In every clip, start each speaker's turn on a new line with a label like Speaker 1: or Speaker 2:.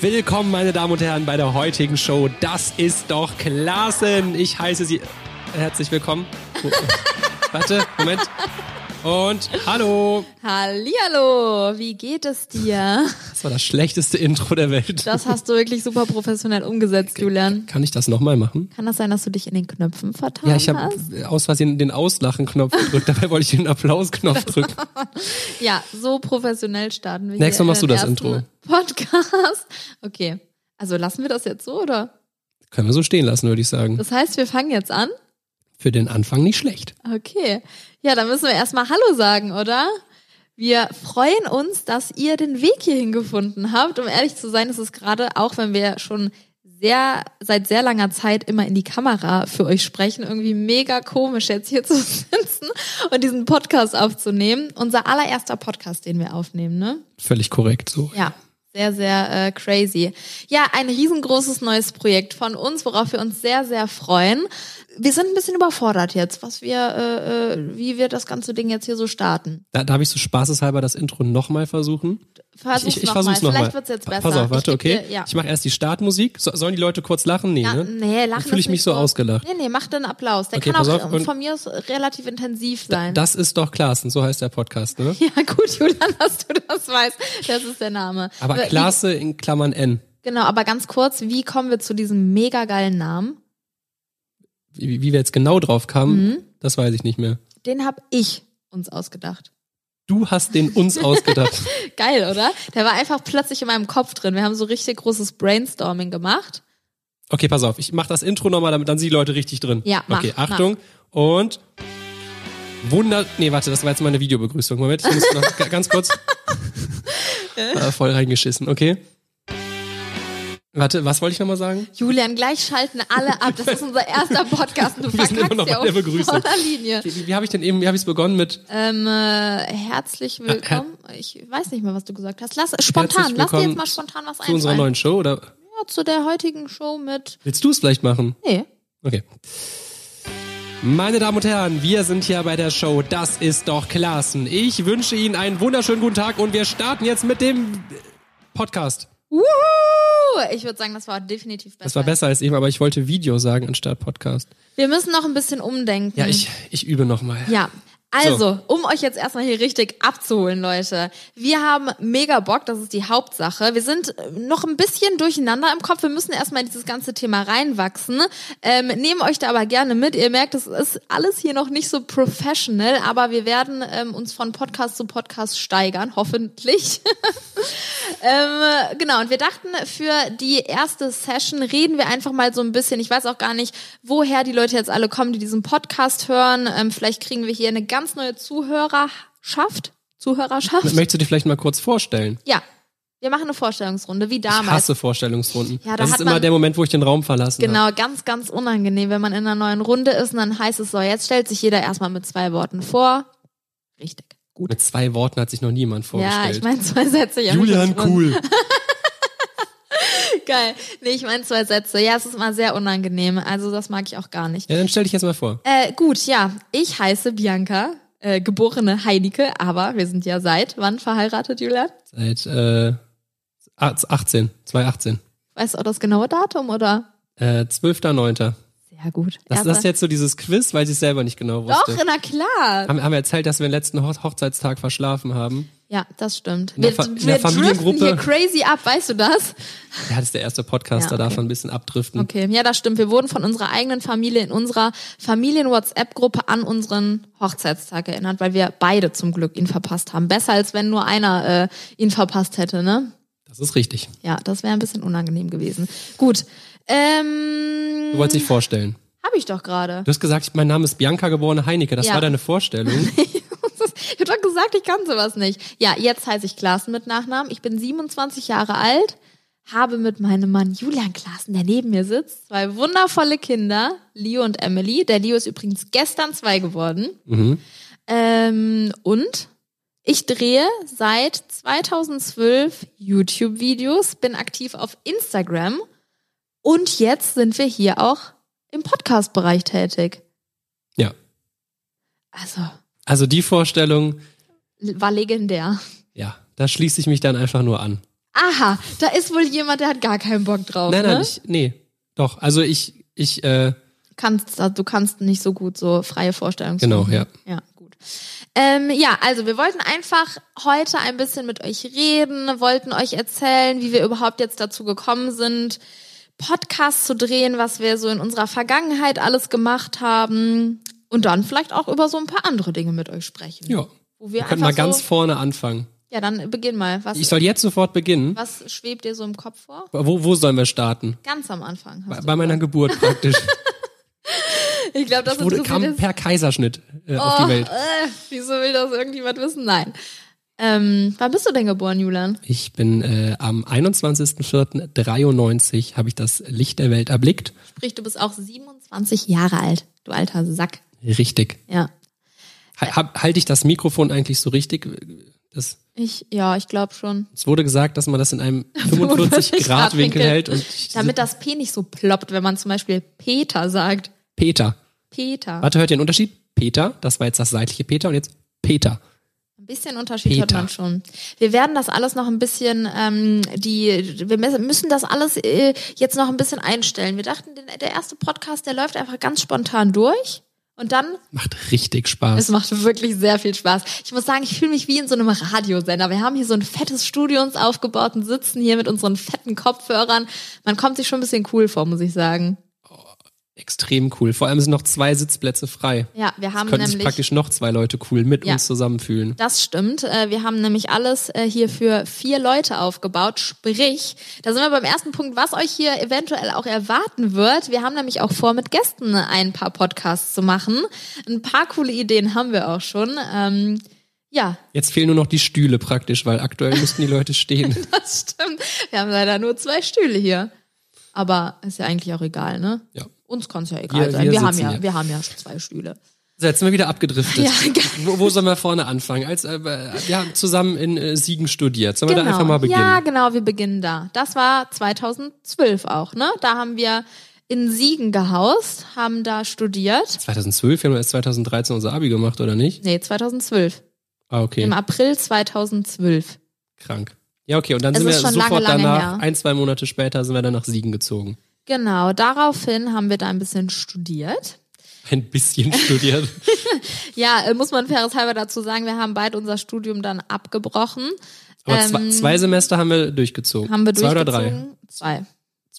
Speaker 1: Willkommen, meine Damen und Herren, bei der heutigen Show. Das ist doch Klassen. Ich heiße Sie herzlich willkommen. Oh, Warte, Moment. Und hallo.
Speaker 2: Hallihallo, wie geht es dir?
Speaker 1: Das war das schlechteste Intro der Welt.
Speaker 2: Das hast du wirklich super professionell umgesetzt, Julian.
Speaker 1: Kann ich das nochmal machen?
Speaker 2: Kann das sein, dass du dich in den Knöpfen vertan
Speaker 1: Ja, ich habe
Speaker 2: hast?
Speaker 1: aus Versehen den Auslachen-Knopf gedrückt. Dabei wollte ich den Applaus-Knopf drücken.
Speaker 2: Ja, so professionell starten wir
Speaker 1: Nächstes
Speaker 2: hier
Speaker 1: Mal
Speaker 2: in
Speaker 1: machst du
Speaker 2: den
Speaker 1: das
Speaker 2: ersten
Speaker 1: Intro.
Speaker 2: Podcast. Okay, also lassen wir das jetzt so, oder?
Speaker 1: Können wir so stehen lassen, würde ich sagen.
Speaker 2: Das heißt, wir fangen jetzt an?
Speaker 1: Für den Anfang nicht schlecht.
Speaker 2: Okay, ja, dann müssen wir erstmal Hallo sagen, oder? Wir freuen uns, dass ihr den Weg hierhin gefunden habt. Um ehrlich zu sein, ist es gerade, auch wenn wir schon sehr, seit sehr langer Zeit immer in die Kamera für euch sprechen, irgendwie mega komisch jetzt hier zu sitzen und diesen Podcast aufzunehmen. Unser allererster Podcast, den wir aufnehmen, ne?
Speaker 1: Völlig korrekt so.
Speaker 2: Ja, sehr, sehr äh, crazy. Ja, ein riesengroßes neues Projekt von uns, worauf wir uns sehr, sehr freuen. Wir sind ein bisschen überfordert jetzt, was wir, äh, äh, wie wir das ganze Ding jetzt hier so starten.
Speaker 1: Da, darf ich so spaßeshalber das Intro nochmal versuchen?
Speaker 2: Versuch's nochmal.
Speaker 1: versuch's noch
Speaker 2: Vielleicht
Speaker 1: mal.
Speaker 2: wird's jetzt
Speaker 1: Pa-
Speaker 2: besser.
Speaker 1: Pass auf, warte,
Speaker 2: Ich geb
Speaker 1: okay.
Speaker 2: dir- ja.
Speaker 1: Ich mache erst die Startmusik. So, sollen die Leute kurz lachen? Nee,
Speaker 2: Ja,
Speaker 1: ne?
Speaker 2: nee, lachen
Speaker 1: Dann fühle
Speaker 2: ist
Speaker 1: ich mich
Speaker 2: nicht
Speaker 1: so ausgelacht.
Speaker 2: Nee, nee, mach den Applaus. Der
Speaker 1: Okay,
Speaker 2: kann
Speaker 1: pass
Speaker 2: auch
Speaker 1: auf,
Speaker 2: ähm,
Speaker 1: und-
Speaker 2: von mir aus relativ intensiv sein.
Speaker 1: Das ist doch Klaassen, so heißt der Podcast, ne?
Speaker 2: ja, gut, Julian, dass du das weißt. Das ist der Name.
Speaker 1: Aber
Speaker 2: Wie-
Speaker 1: Klasse in Klammern N.
Speaker 2: Genau, aber ganz kurz, wie kommen wir zu diesem mega geilen Namen?
Speaker 1: Wie, wie wir jetzt genau drauf
Speaker 2: Mhm.
Speaker 1: kamen,
Speaker 2: Hm?
Speaker 1: das weiß ich nicht mehr.
Speaker 2: Den hab ich uns ausgedacht.
Speaker 1: Du hast den uns ausgedacht.
Speaker 2: Geil, oder? Der war einfach plötzlich in meinem Kopf drin. Wir haben so richtig großes Brainstorming gemacht.
Speaker 1: Okay, pass auf, ich mache das Intro nochmal, damit dann sind die Leute richtig drin.
Speaker 2: Ja, mach,
Speaker 1: Okay, Achtung. Und Wunder. Nee, warte, das war jetzt meine Videobegrüßung. Moment, ich muss noch ga- ganz kurz. äh, voll reingeschissen, okay. Warte, was wollte ich nochmal sagen?
Speaker 2: Julian, gleich schalten alle ab. Das ist unser erster Podcast. Du
Speaker 1: Wir sind immer noch
Speaker 2: verkackst ja
Speaker 1: bei der
Speaker 2: auf
Speaker 1: Begrüßung.
Speaker 2: voller Linie.
Speaker 1: Wie, wie, wie habe ich denn eben, wie habe ich es begonnen mit
Speaker 2: Ähm, äh, herzlich willkommen. Ich weiß nicht mehr, was du gesagt hast. Lass spontan,
Speaker 1: Herzlich
Speaker 2: lass dir
Speaker 1: willkommen
Speaker 2: jetzt mal spontan was
Speaker 1: zu unserer
Speaker 2: einfallen.
Speaker 1: neuen Show? Oder
Speaker 2: ja, zu der heutigen Show mit.
Speaker 1: willst du es vielleicht machen?
Speaker 2: Nee.
Speaker 1: Okay. Meine Damen und Herren, wir sind hier bei der Show Das ist doch Klassen. Ich wünsche Ihnen einen wunderschönen guten Tag und wir starten jetzt mit dem Podcast.
Speaker 2: Wuhu! Ich würde sagen, das war definitiv besser.
Speaker 1: Das war besser als eben, aber ich wollte Video sagen anstatt Podcast.
Speaker 2: Wir müssen noch ein bisschen umdenken.
Speaker 1: Ja, ich, ich übe nochmal.
Speaker 2: Ja. Also, um euch jetzt erstmal hier richtig abzuholen, Leute. Wir haben mega Bock, das ist die Hauptsache. Wir sind äh, noch ein bisschen durcheinander im Kopf. Wir müssen erstmal in dieses ganze Thema reinwachsen. Ähm, nehmen euch da aber gerne mit. Ihr merkt, es ist alles hier noch nicht so professional, aber wir werden ähm, uns von Podcast zu Podcast steigern, hoffentlich. Ähm, genau, und wir dachten, für die erste Session reden wir einfach mal so ein bisschen. Ich weiß auch gar nicht, woher die Leute jetzt alle kommen, die diesen Podcast hören. Ähm, vielleicht kriegen wir hier eine ganz neue Zuhörerschaft. Zuhörerschaft?
Speaker 1: Möchtest du dir vielleicht mal kurz vorstellen?
Speaker 2: Ja. Wir machen eine Vorstellungsrunde, wie
Speaker 1: Ich
Speaker 2: damals.
Speaker 1: hasse Vorstellungsrunden.
Speaker 2: Ja, da
Speaker 1: das
Speaker 2: hat
Speaker 1: ist immer
Speaker 2: man-
Speaker 1: der Moment, wo ich den Raum verlassen habe.
Speaker 2: Genau, ganz, ganz unangenehm, wenn man in einer neuen Runde ist und dann heißt es so, jetzt stellt sich jeder erstmal mit zwei Worten vor. Richtig.
Speaker 1: Gut. Mit zwei Worten hat sich noch niemand
Speaker 2: Ja, ich
Speaker 1: vorgestellt.
Speaker 2: meine zwei Sätze. ja,
Speaker 1: Julian
Speaker 2: mit-
Speaker 1: cool.
Speaker 2: Geil. Nee, ich meine zwei Sätze. Ja, es ist mal sehr unangenehm. Also das mag ich auch gar nicht.
Speaker 1: Ja, dann stell dich jetzt mal vor.
Speaker 2: Äh, gut, ja. Ich heiße Bianca, äh, geborene Heinicke, aber wir sind ja seit wann verheiratet, Julian?
Speaker 1: Seit äh, 18, 2018.
Speaker 2: Weißt du auch das genaue Datum oder?
Speaker 1: Äh, 12.09.
Speaker 2: Sehr gut.
Speaker 1: Das, das ist
Speaker 2: Erster-
Speaker 1: jetzt so dieses Quiz, weil ich es selber nicht genau
Speaker 2: Doch,
Speaker 1: wusste.
Speaker 2: na klar.
Speaker 1: haben, haben wir erzählt, dass wir den letzten Hoch Hochzeitstag verschlafen haben.
Speaker 2: Ja, das stimmt.
Speaker 1: In der
Speaker 2: Wir,
Speaker 1: Fa- in
Speaker 2: wir
Speaker 1: der
Speaker 2: driften
Speaker 1: Familiengruppe.
Speaker 2: hier crazy ab, weißt du das?
Speaker 1: Ja, das ist der erste Podcast,
Speaker 2: Ja,
Speaker 1: da darf
Speaker 2: okay.
Speaker 1: man ein bisschen abdriften.
Speaker 2: Okay, ja, das stimmt. Wir wurden von unserer eigenen Familie in unserer Familien-WhatsApp-Gruppe an unseren Hochzeitstag erinnert, weil wir beide zum Glück ihn verpasst haben. Besser als wenn nur einer äh, ihn verpasst hätte, ne?
Speaker 1: Das ist richtig.
Speaker 2: Ja, das wäre ein bisschen unangenehm gewesen. Gut. Ähm,
Speaker 1: Du wolltest dich vorstellen.
Speaker 2: Habe ich doch gerade.
Speaker 1: Du hast gesagt, mein Name ist Bianca geborene Heinecke. Das
Speaker 2: Ja.
Speaker 1: war deine Vorstellung.
Speaker 2: Ich habe doch gesagt, ich kann sowas nicht. Ja, jetzt heiße ich Klaassen mit Nachnamen. Ich bin 27 Jahre alt, habe mit meinem Mann Julian Klaassen, der neben mir sitzt, zwei wundervolle Kinder, Leo und Emily. Der Leo ist übrigens gestern zwei geworden.
Speaker 1: mhm.
Speaker 2: Ähm, und ich drehe seit 2012 YouTube-Videos, bin aktiv auf Instagram und jetzt sind wir hier auch im Podcast-Bereich tätig.
Speaker 1: Ja.
Speaker 2: Also,
Speaker 1: Also die Vorstellung,
Speaker 2: war legendär.
Speaker 1: ja, da schließe ich mich dann einfach nur an.
Speaker 2: aha, da ist wohl jemand, der hat gar keinen Bock drauf.
Speaker 1: nein,
Speaker 2: ne?
Speaker 1: nein, ich, nee. Doch, also ich, ich, äh,
Speaker 2: kannst, also du kannst nicht so gut so freie Vorstellungen.
Speaker 1: Genau, ja.
Speaker 2: Ja, gut. Ähm, ja, also wir wollten einfach heute ein bisschen mit euch reden, wollten euch erzählen, wie wir überhaupt jetzt dazu gekommen sind, Podcasts zu drehen, was wir so in unserer Vergangenheit alles gemacht haben und dann vielleicht auch über so ein paar andere Dinge mit euch sprechen.
Speaker 1: ja.
Speaker 2: Wo
Speaker 1: Wir
Speaker 2: wir
Speaker 1: können
Speaker 2: einfach
Speaker 1: mal ganz
Speaker 2: so,
Speaker 1: vorne anfangen.
Speaker 2: ja, dann beginn mal. Was,
Speaker 1: Ich soll jetzt sofort beginnen.
Speaker 2: was schwebt dir so im Kopf vor?
Speaker 1: Wo, wo sollen wir starten?
Speaker 2: Ganz am Anfang. hast
Speaker 1: Bei,
Speaker 2: du
Speaker 1: bei meiner Geburt praktisch.
Speaker 2: gesagt. ich glaube, das
Speaker 1: Ich wurde,
Speaker 2: interessiert
Speaker 1: kam
Speaker 2: jetzt-
Speaker 1: per Kaiserschnitt äh, auf die Welt.
Speaker 2: Äh, wieso will das irgendjemand wissen? Nein. Ähm, wann bist du denn geboren, Julian?
Speaker 1: Ich bin äh, am 21.04.93 habe ich das Licht der Welt erblickt.
Speaker 2: Sprich, du bist auch 27 Jahre alt. Du alter Sack.
Speaker 1: Richtig.
Speaker 2: Ja.
Speaker 1: Ha- hab- Halte ich das Mikrofon eigentlich so richtig? Das,
Speaker 2: Ich, ja, ich glaube schon.
Speaker 1: es wurde gesagt, dass man das in einem 45-Grad-Winkel
Speaker 2: 45-Grad-Winkel.
Speaker 1: hält. Und ich,
Speaker 2: Damit das P nicht so ploppt, wenn man zum Beispiel Peter sagt.
Speaker 1: Peter.
Speaker 2: Peter.
Speaker 1: Warte, hört ihr den Unterschied? Peter, das war jetzt das seitliche Peter und jetzt Peter.
Speaker 2: Ein bisschen Unterschied hört
Speaker 1: Peter.
Speaker 2: man schon. Wir werden das alles noch ein bisschen, ähm, die, wir mü- müssen das alles äh, jetzt noch ein bisschen einstellen. Wir dachten, den- der erste Podcast, der läuft einfach ganz spontan durch und dann
Speaker 1: Macht richtig Spaß.
Speaker 2: Es macht wirklich sehr viel Spaß. Ich muss sagen, ich fühle mich wie in so einem Radiosender. Wir haben hier so ein fettes Studio uns aufgebaut und sitzen hier mit unseren fetten Kopfhörern. Man kommt sich schon ein bisschen cool vor, muss ich sagen.
Speaker 1: Extrem cool. Vor allem sind noch zwei Sitzplätze frei.
Speaker 2: Ja, wir haben
Speaker 1: Könnten sich
Speaker 2: nämlich.
Speaker 1: praktisch noch zwei Leute cool mit
Speaker 2: Ja.
Speaker 1: uns zusammenfühlen.
Speaker 2: Das stimmt. Äh, Wir haben nämlich alles äh, hier für vier Leute aufgebaut. Sprich, da sind wir beim ersten Punkt, was euch hier eventuell auch erwarten wird. Wir haben nämlich auch vor, mit Gästen ein paar Podcasts zu machen. Ein paar coole Ideen haben wir auch schon. Ähm, ja,
Speaker 1: Jetzt fehlen nur noch die Stühle praktisch, weil aktuell müssten die Leute stehen.
Speaker 2: Das stimmt. Wir haben leider nur zwei Stühle hier. Aber ist ja eigentlich auch egal, ne?
Speaker 1: Ja.
Speaker 2: Uns kann es ja egal
Speaker 1: Wir-
Speaker 2: sein.
Speaker 1: wir
Speaker 2: Wir, haben
Speaker 1: sitzen
Speaker 2: ja,
Speaker 1: hier.
Speaker 2: wir haben ja schon zwei Stühle.
Speaker 1: So, jetzt sind wir wieder abgedriftet.
Speaker 2: Ja, geil.
Speaker 1: wo, wo sollen wir vorne anfangen? Als, äh, wir haben zusammen in äh, Siegen studiert. Sollen wir da
Speaker 2: Genau.
Speaker 1: einfach mal beginnen?
Speaker 2: Ja, genau, wir beginnen da. Das war 2012 auch, ne? Da haben wir in Siegen gehaust, haben da studiert.
Speaker 1: 2012, wir haben erst 2013 unser Abi gemacht, oder nicht?
Speaker 2: Nee, 2012.
Speaker 1: Ah, okay.
Speaker 2: Im April 2012.
Speaker 1: Krank. Ja, okay. Und dann
Speaker 2: Es
Speaker 1: sind wir
Speaker 2: ist schon
Speaker 1: sofort
Speaker 2: lange, lange
Speaker 1: danach,
Speaker 2: her.
Speaker 1: ein, zwei Monate später, sind wir dann nach Siegen gezogen.
Speaker 2: Genau, daraufhin haben wir da ein bisschen studiert.
Speaker 1: Ein bisschen studiert.
Speaker 2: Ja, äh, muss man faires dazu sagen, wir haben beide unser Studium dann abgebrochen.
Speaker 1: Aber zwei,
Speaker 2: Ähm,
Speaker 1: zwei Semester haben wir durchgezogen.
Speaker 2: Haben wir
Speaker 1: zwei oder drei?
Speaker 2: durchgezogen. Zwei.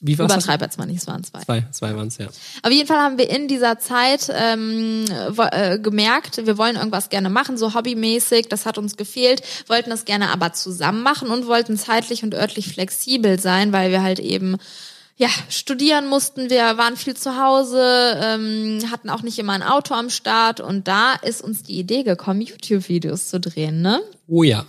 Speaker 1: Wie war's? das?
Speaker 2: Übertreib jetzt mal nicht, es waren zwei.
Speaker 1: Zwei, zwei waren's ja.
Speaker 2: Auf jeden Fall haben wir in dieser Zeit ähm, wo- äh, gemerkt, wir wollen irgendwas gerne machen, so hobbymäßig, das hat uns gefehlt, wollten das gerne aber zusammen machen und wollten zeitlich und örtlich flexibel sein, weil wir halt eben ja, studieren mussten, wir waren viel zu Hause, ähm, hatten auch nicht immer ein Auto am Start und da ist uns die Idee gekommen, YouTube-Videos zu drehen, ne?
Speaker 1: Oh ja.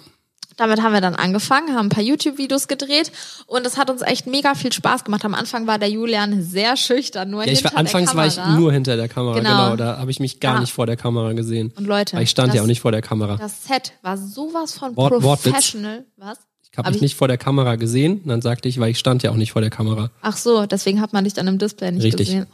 Speaker 2: Damit haben wir dann angefangen, haben ein paar YouTube-Videos gedreht und es hat uns echt mega viel Spaß gemacht. Am Anfang war der Julian sehr schüchtern, nur
Speaker 1: ja ich
Speaker 2: hinter
Speaker 1: war, anfangs
Speaker 2: der
Speaker 1: war ich
Speaker 2: halt Kamera.
Speaker 1: nur hinter der Kamera,
Speaker 2: Genau.
Speaker 1: genau. Da habe ich mich gar
Speaker 2: Ah.
Speaker 1: nicht vor der Kamera gesehen.
Speaker 2: und Leute,
Speaker 1: Weil ich stand
Speaker 2: das,
Speaker 1: ja auch nicht vor der Kamera.
Speaker 2: Das Set war sowas von
Speaker 1: Wort- Wortwitz.
Speaker 2: professional. Was?
Speaker 1: Ich habe
Speaker 2: hab
Speaker 1: mich
Speaker 2: ich-
Speaker 1: nicht vor der Kamera gesehen. Und dann sagte ich, weil ich stand ja auch nicht vor der Kamera.
Speaker 2: Ach so, deswegen hat man dich dann im Display nicht
Speaker 1: Richtig.
Speaker 2: gesehen.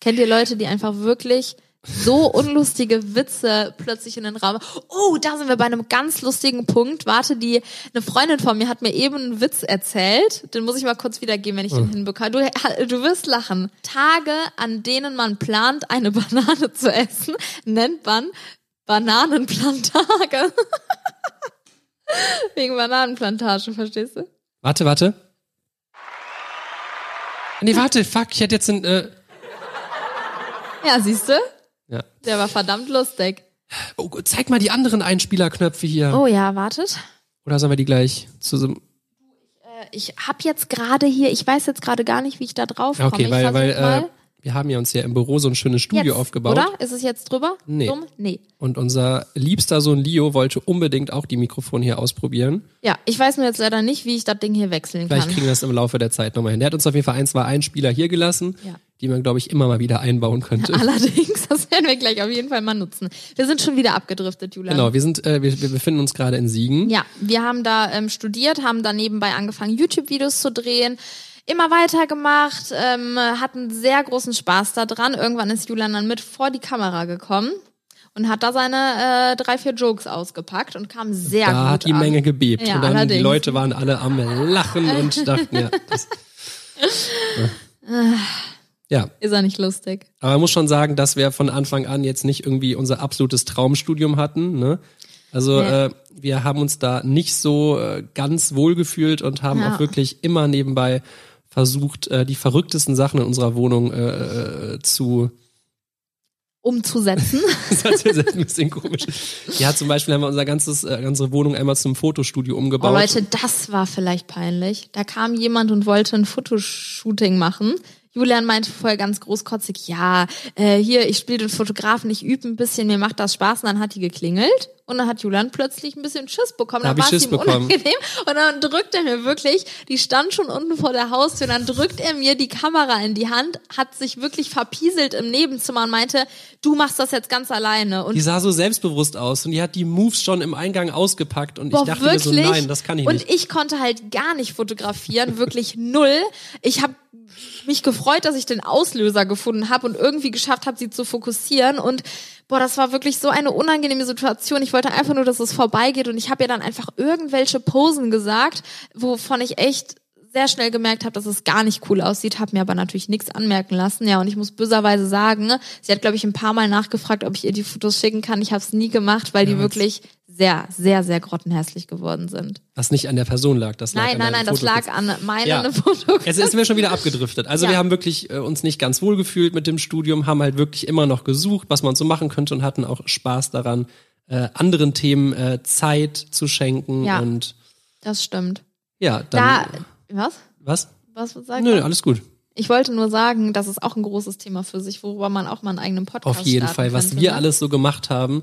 Speaker 2: Kennt ihr Leute, die einfach wirklich so unlustige Witze plötzlich in den Raum. Oh, da sind wir bei einem ganz lustigen Punkt. Warte, die eine Freundin von mir hat mir eben einen Witz erzählt. Den muss ich mal kurz wiedergeben, wenn ich den hinbekomme. Du, du wirst lachen. Tage, an denen man plant, eine Banane zu essen, nennt man Bananenplantage. Wegen Bananenplantagen, verstehst du?
Speaker 1: Warte, warte. Nee, warte, fuck, ich hätte jetzt ein... Äh,
Speaker 2: Ja, siehst du?
Speaker 1: ja.
Speaker 2: Der war verdammt lustig.
Speaker 1: oh, Gott, zeig mal die anderen Einspielerknöpfe hier.
Speaker 2: Oh ja, wartet.
Speaker 1: Oder sollen wir die gleich zusammen...
Speaker 2: Äh, Ich hab jetzt gerade hier, ich weiß jetzt gerade gar nicht, wie ich da drauf
Speaker 1: Ja,
Speaker 2: komme.
Speaker 1: Okay,
Speaker 2: ich
Speaker 1: weil,
Speaker 2: versuch
Speaker 1: weil äh,
Speaker 2: mal.
Speaker 1: wir haben ja uns ja im Büro so ein schönes Studio
Speaker 2: jetzt,
Speaker 1: aufgebaut.
Speaker 2: Oder? Ist es jetzt drüber?
Speaker 1: Nee.
Speaker 2: Dumm? Nee.
Speaker 1: Und unser liebster Sohn Leo wollte unbedingt auch die Mikrofone hier ausprobieren.
Speaker 2: Ja, ich weiß nur jetzt leider nicht, wie ich das Ding hier wechseln
Speaker 1: Vielleicht
Speaker 2: kann.
Speaker 1: kriegen wir das im Laufe der Zeit nochmal hin. Der hat uns auf jeden Fall ein, zwei Einspieler hier gelassen,
Speaker 2: Ja.
Speaker 1: die man, glaube ich, immer mal wieder einbauen könnte.
Speaker 2: Allerdings, das werden wir gleich auf jeden Fall mal nutzen. Wir sind schon wieder abgedriftet, Julian.
Speaker 1: Genau, wir sind, äh, wir, wir befinden uns gerade in Siegen.
Speaker 2: Ja, wir haben da ähm, studiert, haben dann nebenbei angefangen, YouTube-Videos zu drehen, immer weitergemacht, ähm, hatten sehr großen Spaß daran. Irgendwann ist Julian dann mit vor die Kamera gekommen. und hat da seine äh, drei, vier Jokes ausgepackt und kam sehr gut
Speaker 1: Da hat die
Speaker 2: an.
Speaker 1: Menge gebebt.
Speaker 2: Ja,
Speaker 1: und dann die
Speaker 2: allerdings.
Speaker 1: Leute waren alle am Lachen und dachten, ja. Das, ja. ja,
Speaker 2: Ist er nicht lustig?
Speaker 1: aber man muss schon sagen, dass wir von Anfang an jetzt nicht irgendwie unser absolutes Traumstudium hatten. Ne? Also
Speaker 2: Nee.
Speaker 1: äh, wir haben uns da nicht so äh, ganz wohl gefühlt und haben
Speaker 2: Ja.
Speaker 1: auch wirklich immer nebenbei versucht, äh, die verrücktesten Sachen in unserer Wohnung äh, äh, zu
Speaker 2: Umzusetzen.
Speaker 1: Das ist jetzt ein bisschen komisch. Ja, zum Beispiel haben wir unser ganzes, äh, unsere Wohnung einmal zum Fotostudio
Speaker 2: Oh
Speaker 1: umgebaut.
Speaker 2: Leute, das war vielleicht peinlich. Da kam jemand und wollte ein Fotoshooting machen. Julian meinte vorher ganz großkotzig, ja, äh, hier, ich spiele den Fotografen, ich übe ein bisschen, mir macht das Spaß. Und dann hat die geklingelt und dann hat Julian plötzlich ein bisschen Schiss bekommen.
Speaker 1: Da hab
Speaker 2: Dann
Speaker 1: ich
Speaker 2: war es
Speaker 1: Schiss
Speaker 2: ihm
Speaker 1: bekommen.
Speaker 2: unangenehm. Und dann drückt er mir wirklich, die stand schon unten vor der Haustür, und dann drückt er mir die Kamera in die Hand, hat sich wirklich verpieselt im Nebenzimmer und meinte, du machst das jetzt ganz alleine. Und
Speaker 1: Die sah so selbstbewusst aus und die hat die Moves schon im Eingang ausgepackt und ich dachte mir so, nein, das kann ich
Speaker 2: und
Speaker 1: nicht.
Speaker 2: ich konnte halt gar nicht fotografieren, wirklich null. Ich habe mich gefreut, dass ich den Auslöser gefunden habe und irgendwie geschafft habe, sie zu fokussieren. Und boah, das war wirklich so eine unangenehme Situation. Ich wollte einfach nur, dass es vorbeigeht. Und ich habe ihr dann einfach irgendwelche Posen gesagt, wovon ich echt sehr schnell gemerkt habe, dass es gar nicht cool aussieht, habe mir aber natürlich nichts anmerken lassen. Ja, und ich muss böserweise sagen, ne, sie hat, glaube ich, ein paar Mal nachgefragt, ob ich ihr die Fotos schicken kann. Ich habe es nie gemacht, weil die wirklich sehr, sehr, sehr grottenhässlich geworden sind.
Speaker 1: Was nicht an der Person lag, das lag
Speaker 2: Nein,
Speaker 1: an deinen
Speaker 2: nein, nein, das
Speaker 1: Fotos.
Speaker 2: lag an meinen
Speaker 1: Ja.
Speaker 2: Fotografien.
Speaker 1: Es ist mir schon wieder abgedriftet. Also
Speaker 2: Ja.
Speaker 1: wir haben wirklich äh, uns nicht ganz wohl gefühlt mit dem Studium, haben halt wirklich immer noch gesucht, was man so machen könnte und hatten auch Spaß daran, äh, anderen Themen äh, Zeit zu schenken
Speaker 2: Ja.
Speaker 1: und
Speaker 2: Das stimmt.
Speaker 1: ja,
Speaker 2: Da,
Speaker 1: dann
Speaker 2: was?
Speaker 1: was?
Speaker 2: Was sagst
Speaker 1: Nö,
Speaker 2: du?
Speaker 1: alles gut.
Speaker 2: Ich wollte nur sagen, das ist auch ein großes Thema für sich, worüber man auch mal einen eigenen Podcast
Speaker 1: Auf jeden
Speaker 2: starten
Speaker 1: Fall, was
Speaker 2: könnte,
Speaker 1: wir
Speaker 2: ne?
Speaker 1: alles so gemacht haben.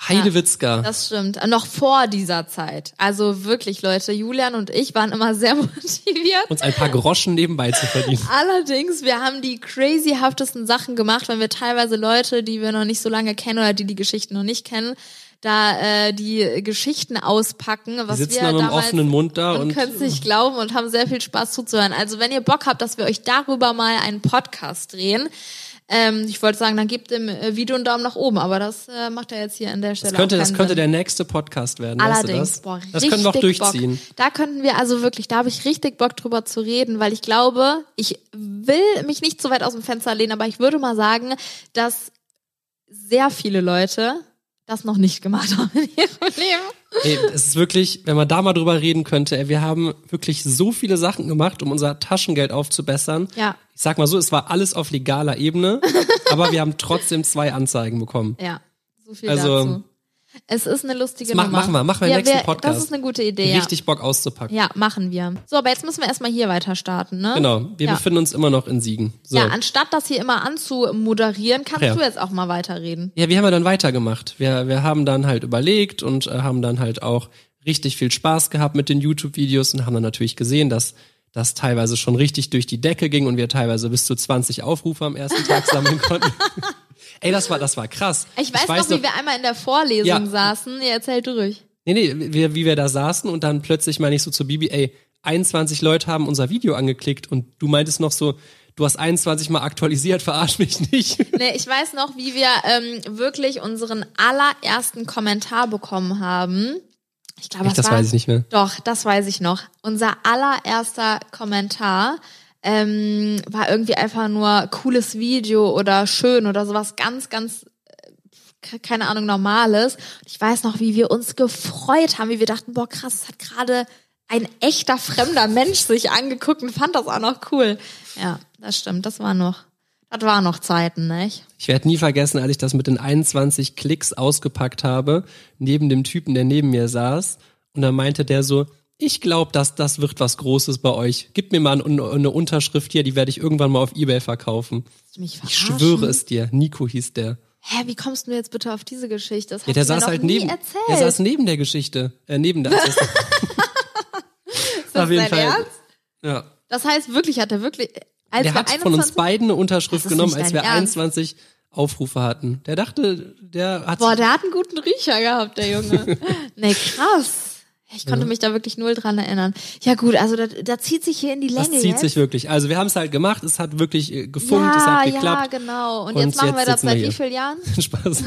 Speaker 1: Heidewitzka.
Speaker 2: Das stimmt. Äh, Noch vor dieser Zeit. Also wirklich, Leute, Julian und ich waren immer sehr motiviert.
Speaker 1: uns ein paar Groschen nebenbei zu verdienen.
Speaker 2: Allerdings, wir haben die crazyhaftesten Sachen gemacht, weil wir teilweise Leute, die wir noch nicht so lange kennen oder die die Geschichten noch nicht kennen, da äh, die Geschichten auspacken,
Speaker 1: Die
Speaker 2: was
Speaker 1: sitzen
Speaker 2: wir
Speaker 1: dann mit einem
Speaker 2: damals
Speaker 1: offenen Mund da
Speaker 2: und
Speaker 1: und,
Speaker 2: können es nicht glauben und haben sehr viel Spaß zuzuhören. Also wenn ihr Bock habt, dass wir euch darüber mal einen Podcast drehen, ähm, ich wollte sagen, dann gebt dem äh, Video einen Daumen nach oben, aber das äh, macht er jetzt hier an der Stelle
Speaker 1: das könnte,
Speaker 2: auch
Speaker 1: das
Speaker 2: keinen
Speaker 1: könnte
Speaker 2: Sinn.
Speaker 1: der nächste Podcast werden.
Speaker 2: Allerdings,
Speaker 1: weißt du
Speaker 2: boah,
Speaker 1: das? das
Speaker 2: richtig
Speaker 1: können wir auch durchziehen.
Speaker 2: Bock. Da könnten wir also wirklich, da habe ich richtig Bock drüber zu reden, weil ich glaube, ich will mich nicht zu weit aus dem Fenster lehnen, aber ich würde mal sagen, dass sehr viele Leute das noch nicht gemacht haben in ihrem Leben.
Speaker 1: Ey, es ist wirklich, wenn man da mal drüber reden könnte, ey, wir haben wirklich so viele Sachen gemacht, um unser Taschengeld aufzubessern.
Speaker 2: Ja.
Speaker 1: Ich sag mal so, es war alles auf legaler Ebene, aber wir haben trotzdem zwei Anzeigen bekommen.
Speaker 2: Ja, so viel
Speaker 1: Also,
Speaker 2: dazu. Es ist eine lustige
Speaker 1: das mach-
Speaker 2: Nummer.
Speaker 1: machen wir, machen wir im nächsten Podcast.
Speaker 2: Das ist eine gute Idee. Ja.
Speaker 1: Richtig Bock auszupacken.
Speaker 2: ja, machen wir. So, aber jetzt müssen wir erstmal hier weiter starten, ne?
Speaker 1: Genau, wir
Speaker 2: ja.
Speaker 1: befinden uns immer noch in Siegen. So.
Speaker 2: Ja,
Speaker 1: Ja,
Speaker 2: anstatt das hier immer anzumoderieren, kannst
Speaker 1: Ja.
Speaker 2: du jetzt auch mal weiterreden.
Speaker 1: wie haben wir dann weitergemacht? Wir, wir haben dann halt überlegt und äh, haben dann halt auch richtig viel Spaß gehabt mit den YouTube-Videos und haben dann natürlich gesehen, dass das teilweise schon richtig durch die Decke ging und wir teilweise bis zu 20 Aufrufe am ersten Tag sammeln konnten. Ey, das war, das war krass.
Speaker 2: Ich weiß, noch, wie wir einmal in der Vorlesung
Speaker 1: Ja.
Speaker 2: saßen. Ja, erzähl du ruhig.
Speaker 1: Nee, nee, wie, wie wir da saßen und dann plötzlich meine ich so zu Bibi, ey, 21 Leute haben unser Video angeklickt und du meintest noch so, du hast 21 mal aktualisiert, verarsch mich nicht.
Speaker 2: Nee, ich weiß noch, wie wir ähm, wirklich unseren allerersten Kommentar bekommen haben. Ich glaube,
Speaker 1: Echt, das
Speaker 2: war,
Speaker 1: weiß ich nicht mehr.
Speaker 2: Doch, das weiß ich noch. Unser allererster Kommentar ähm, war irgendwie einfach nur cooles Video oder schön oder sowas ganz, ganz äh, ke- keine Ahnung, normales. Und ich weiß noch, wie wir uns gefreut haben, wie wir dachten, boah, krass, es hat gerade ein echter fremder Mensch sich angeguckt und fand das auch noch cool. Ja, das stimmt, das war noch, das war noch Zeiten, nicht?
Speaker 1: Ich werde nie vergessen, als ich das mit den 21 Klicks ausgepackt habe, neben dem Typen, der neben mir saß. Und dann meinte der so, ich glaube, dass das wird was Großes bei euch. Gib mir mal ein- eine Unterschrift hier, die werde ich irgendwann mal auf Ebay verkaufen.
Speaker 2: Willst du Mich
Speaker 1: Ich
Speaker 2: verarschen?
Speaker 1: schwöre es dir. Nico hieß der.
Speaker 2: Hä, wie kommst du jetzt bitte auf diese Geschichte? Das hast
Speaker 1: Ja, der
Speaker 2: du mir
Speaker 1: saß
Speaker 2: noch
Speaker 1: halt
Speaker 2: nie
Speaker 1: neben.
Speaker 2: erzählt.
Speaker 1: Der saß neben der Geschichte. Äh, neben der. Ist
Speaker 2: das dein Ernst?
Speaker 1: Ja.
Speaker 2: Das heißt, wirklich hat er wirklich. Als
Speaker 1: Der
Speaker 2: wir
Speaker 1: hat von uns
Speaker 2: 21
Speaker 1: beiden eine Unterschrift
Speaker 2: Das ist
Speaker 1: genommen,
Speaker 2: nicht
Speaker 1: als
Speaker 2: dein
Speaker 1: wir
Speaker 2: Ernst.
Speaker 1: 21 Aufrufe hatten. Der dachte, der hat
Speaker 2: Boah, der hat einen guten Riecher gehabt, der Junge. nee, krass. Ich konnte mich da wirklich null dran erinnern. Ja gut, also da, da zieht sich hier in die Länge
Speaker 1: Das zieht
Speaker 2: jetzt.
Speaker 1: sich wirklich. Also wir haben es halt gemacht, es hat wirklich äh, gefunkt, es
Speaker 2: ja,
Speaker 1: hat
Speaker 2: ja,
Speaker 1: geklappt.
Speaker 2: genau. Und,
Speaker 1: Und
Speaker 2: jetzt machen
Speaker 1: jetzt
Speaker 2: wir das
Speaker 1: sitzen wir
Speaker 2: seit
Speaker 1: hier.
Speaker 2: wie vielen Jahren?
Speaker 1: Spaß.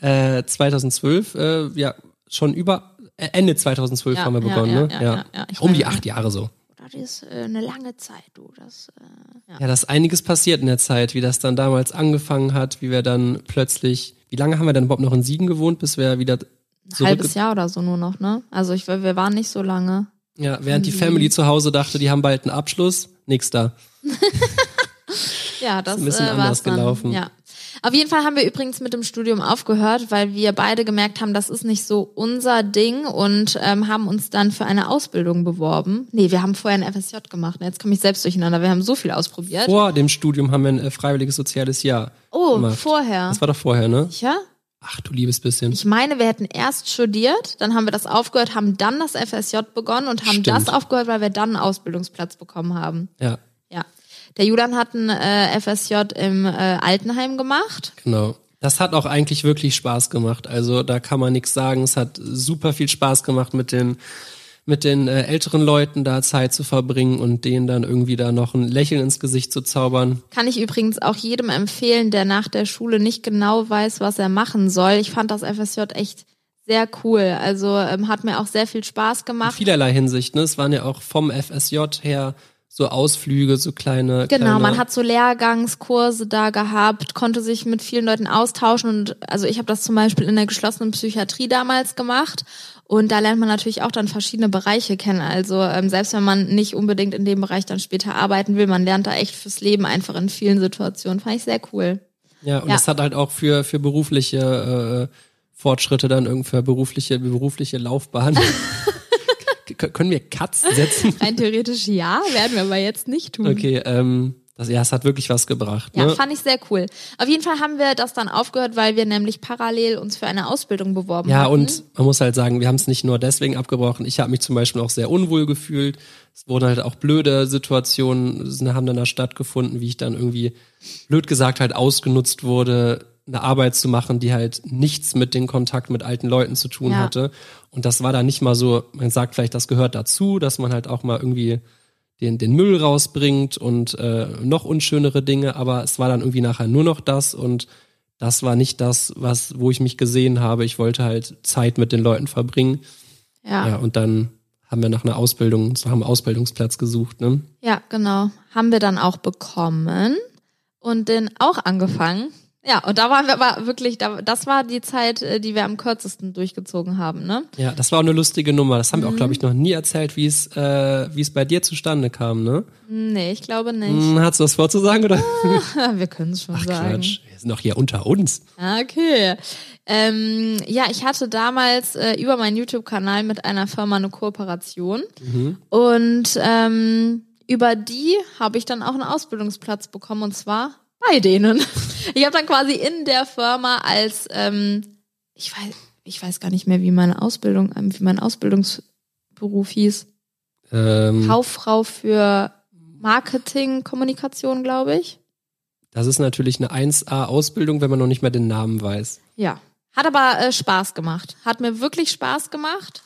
Speaker 1: äh, 2012, äh, ja, schon über äh, Ende 2012
Speaker 2: Ja,
Speaker 1: haben wir
Speaker 2: ja,
Speaker 1: begonnen,
Speaker 2: ja,
Speaker 1: ne?
Speaker 2: ja, ja, ja, ich
Speaker 1: um die
Speaker 2: weiß,
Speaker 1: acht Jahre so.
Speaker 2: Das ist äh, eine lange Zeit, du. Das, äh, ja.
Speaker 1: Ja, das ist einiges passiert in der Zeit, wie das dann damals angefangen hat, wie wir dann plötzlich, wie lange haben wir dann überhaupt noch in Siegen gewohnt, bis wir wieder
Speaker 2: Ein
Speaker 1: zurück,
Speaker 2: halbes Jahr oder so nur noch, ne? Also ich, wir waren nicht so lange.
Speaker 1: ja, während die Family zu Hause dachte, die haben bald einen Abschluss, nix da.
Speaker 2: Ja, das
Speaker 1: ein bisschen
Speaker 2: äh, war's
Speaker 1: anders
Speaker 2: dann.
Speaker 1: gelaufen.
Speaker 2: Ja. Auf jeden Fall haben wir übrigens mit dem Studium aufgehört, weil wir beide gemerkt haben, das ist nicht so unser Ding und ähm, haben uns dann für eine Ausbildung beworben. Nee, wir haben vorher ein FSJ gemacht. Ne, Jetzt komme ich selbst durcheinander. Wir haben so viel ausprobiert.
Speaker 1: Vor dem Studium haben wir ein äh, freiwilliges soziales Jahr
Speaker 2: oh,
Speaker 1: gemacht.
Speaker 2: vorher.
Speaker 1: Das war doch vorher, ne?
Speaker 2: Sicher?
Speaker 1: Ach, du liebes bisschen.
Speaker 2: Ich meine, wir hätten erst studiert, dann haben wir das aufgehört, haben dann das FSJ begonnen und haben
Speaker 1: Stimmt.
Speaker 2: das aufgehört, weil wir dann einen Ausbildungsplatz bekommen haben.
Speaker 1: ja,
Speaker 2: Ja. Der Julian hat ein äh, FSJ im äh, Altenheim gemacht.
Speaker 1: genau. Das hat auch eigentlich wirklich Spaß gemacht. Also da kann man nichts sagen. Es hat super viel Spaß gemacht mit den mit den äh, älteren Leuten da Zeit zu verbringen und denen dann irgendwie da noch ein Lächeln ins Gesicht zu zaubern.
Speaker 2: Kann ich übrigens auch jedem empfehlen, der nach der Schule nicht genau weiß, was er machen soll. Ich fand das FSJ echt sehr cool. Also ähm, hat mir auch sehr viel Spaß
Speaker 1: In
Speaker 2: gemacht.
Speaker 1: vielerlei Hinsicht. Ne? Es waren ja auch vom FSJ her so Ausflüge, so kleine.
Speaker 2: Genau,
Speaker 1: kleine,
Speaker 2: man hat so Lehrgangskurse da gehabt, konnte sich mit vielen Leuten austauschen und also ich habe das zum Beispiel in der geschlossenen Psychiatrie damals gemacht und da lernt man natürlich auch dann verschiedene Bereiche kennen. Also ähm, selbst wenn man nicht unbedingt in dem Bereich dann später arbeiten will, man lernt da echt fürs Leben einfach in vielen Situationen. Fand ich sehr cool.
Speaker 1: Ja, und
Speaker 2: Ja.
Speaker 1: das hat halt auch für, für berufliche äh, Fortschritte dann irgendwie für berufliche, berufliche Laufbahn. K- können wir Katz setzen?
Speaker 2: Rein theoretisch ja, werden wir aber jetzt nicht tun.
Speaker 1: Okay, ähm, das, ja, es hat wirklich was gebracht.
Speaker 2: Mhm. Ja,
Speaker 1: ne?
Speaker 2: fand ich sehr cool. Auf jeden Fall haben wir das dann aufgehört, weil wir nämlich parallel uns für eine Ausbildung beworben
Speaker 1: Ja,
Speaker 2: hatten.
Speaker 1: und man muss halt sagen, wir haben es nicht nur deswegen abgebrochen. Ich habe mich zum Beispiel auch sehr unwohl gefühlt. Es wurden halt auch blöde Situationen, es haben dann da stattgefunden, wie ich dann irgendwie blöd gesagt halt ausgenutzt wurde, eine Arbeit zu machen, die halt nichts mit dem Kontakt mit alten Leuten zu tun
Speaker 2: Ja.
Speaker 1: hatte. Und das war da nicht mal so, man sagt vielleicht, das gehört dazu, dass man halt auch mal irgendwie den, den Müll rausbringt und äh, noch unschönere Dinge, aber es war dann irgendwie nachher nur noch das und das war nicht das, was, wo ich mich gesehen habe. Ich wollte halt Zeit mit den Leuten verbringen.
Speaker 2: Ja.
Speaker 1: Ja, und dann haben wir nach einer Ausbildung, nach einem Ausbildungsplatz gesucht, ne?
Speaker 2: Ja, genau. Haben wir dann auch bekommen und den auch angefangen. Ja, und da waren wir aber wirklich, da, das war die Zeit, äh, die wir am kürzesten durchgezogen haben, ne?
Speaker 1: Ja, das war auch eine lustige Nummer. Das haben wir auch, glaube ich, noch nie erzählt, wie es, äh, wie es bei dir zustande kam, ne?
Speaker 2: Nee, ich glaube nicht.
Speaker 1: Hm, hast du was vorzusagen, oder?
Speaker 2: wir können es schon
Speaker 1: Hm. Ach,
Speaker 2: sagen.
Speaker 1: Quatsch. Wir sind doch hier unter uns.
Speaker 2: Ah, Okay. Ähm, ja, ich hatte damals äh, über meinen YouTube-Kanal mit einer Firma eine Kooperation und ähm, über die habe ich dann auch einen Ausbildungsplatz bekommen und zwar bei denen. Ich habe dann quasi in der Firma als ähm, ich weiß ich weiß gar nicht mehr wie meine Ausbildung ähm, wie mein Ausbildungsberuf hieß
Speaker 1: Ähm,
Speaker 2: Kauffrau für Marketing Kommunikation glaube ich.
Speaker 1: das ist natürlich eine 1A-Ausbildung, wenn man noch nicht mal den Namen weiß.
Speaker 2: Ja. Hat aber äh, Spaß gemacht. Hat mir wirklich Spaß gemacht.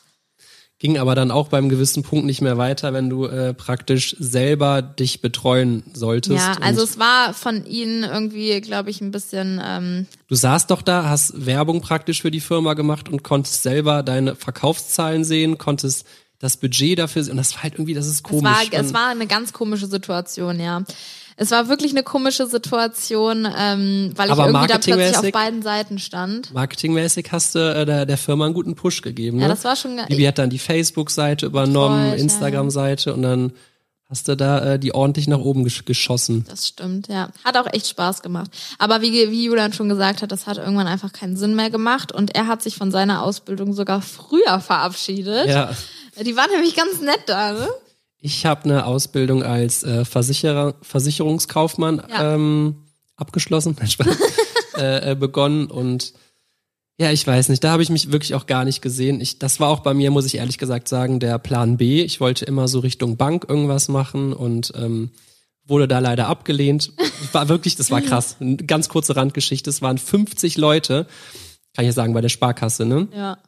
Speaker 1: Ging aber dann auch beim gewissen Punkt nicht mehr weiter, wenn du äh, praktisch selber dich betreuen solltest.
Speaker 2: Ja, also
Speaker 1: Und-
Speaker 2: es war von ihnen irgendwie, glaube ich, ein bisschen, ähm,
Speaker 1: Du saßt doch da, hast Werbung praktisch für die Firma gemacht und konntest selber deine Verkaufszahlen sehen, konntest das Budget dafür sehen. Und das war halt irgendwie, das ist
Speaker 2: es,
Speaker 1: komisch. ne?
Speaker 2: war,
Speaker 1: Und
Speaker 2: es war eine ganz komische Situation, ja. Es war wirklich eine komische Situation, ähm, weil
Speaker 1: Aber
Speaker 2: ich irgendwie da plötzlich
Speaker 1: marketingmäßig?
Speaker 2: auf beiden Seiten stand.
Speaker 1: Marketingmäßig hast du äh, der, der Firma einen guten Push gegeben.
Speaker 2: Ja,
Speaker 1: ne?
Speaker 2: das war schon ge-
Speaker 1: Bibi hat dann die Facebook-Seite übernommen,
Speaker 2: Voll, ja,
Speaker 1: Instagram-Seite und dann hast du da äh, die ordentlich nach oben gesch geschossen.
Speaker 2: Das stimmt, ja. Hat auch echt Spaß gemacht. Aber wie, wie Julian schon gesagt hat, das hat irgendwann einfach keinen Sinn mehr gemacht und er hat sich von seiner Ausbildung sogar früher verabschiedet.
Speaker 1: Ja.
Speaker 2: Die war nämlich ganz nett da, ne?
Speaker 1: Ich habe eine Ausbildung als äh, Versicherer, Versicherungskaufmann
Speaker 2: Ja.
Speaker 1: ähm, abgeschlossen, Nein, Spaß. äh, äh, begonnen und ja, ich weiß nicht, da habe ich mich wirklich auch gar nicht gesehen. Ich, das war auch bei mir, muss ich ehrlich gesagt sagen, der Plan B. Ich wollte immer so Richtung Bank irgendwas machen und ähm, wurde da leider abgelehnt. War wirklich, das war krass. Eine ganz kurze Randgeschichte. Es waren 50 Leute, kann ich ja sagen, bei der Sparkasse, ne?
Speaker 2: Ja.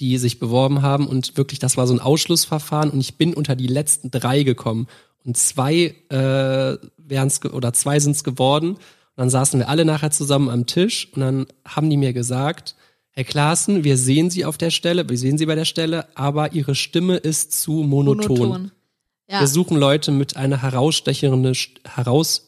Speaker 1: die sich beworben haben und wirklich, das war so ein Ausschlussverfahren und ich bin unter die letzten drei gekommen und zwei äh, wären's ge oder zwei sind's geworden. Und dann saßen wir alle nachher zusammen am Tisch und dann haben die mir gesagt, Herr Klaassen, wir sehen Sie auf der Stelle, wir sehen Sie bei der Stelle, aber Ihre Stimme ist zu monoton.
Speaker 2: monoton. Ja.
Speaker 1: Wir suchen Leute mit einer herausstechenden,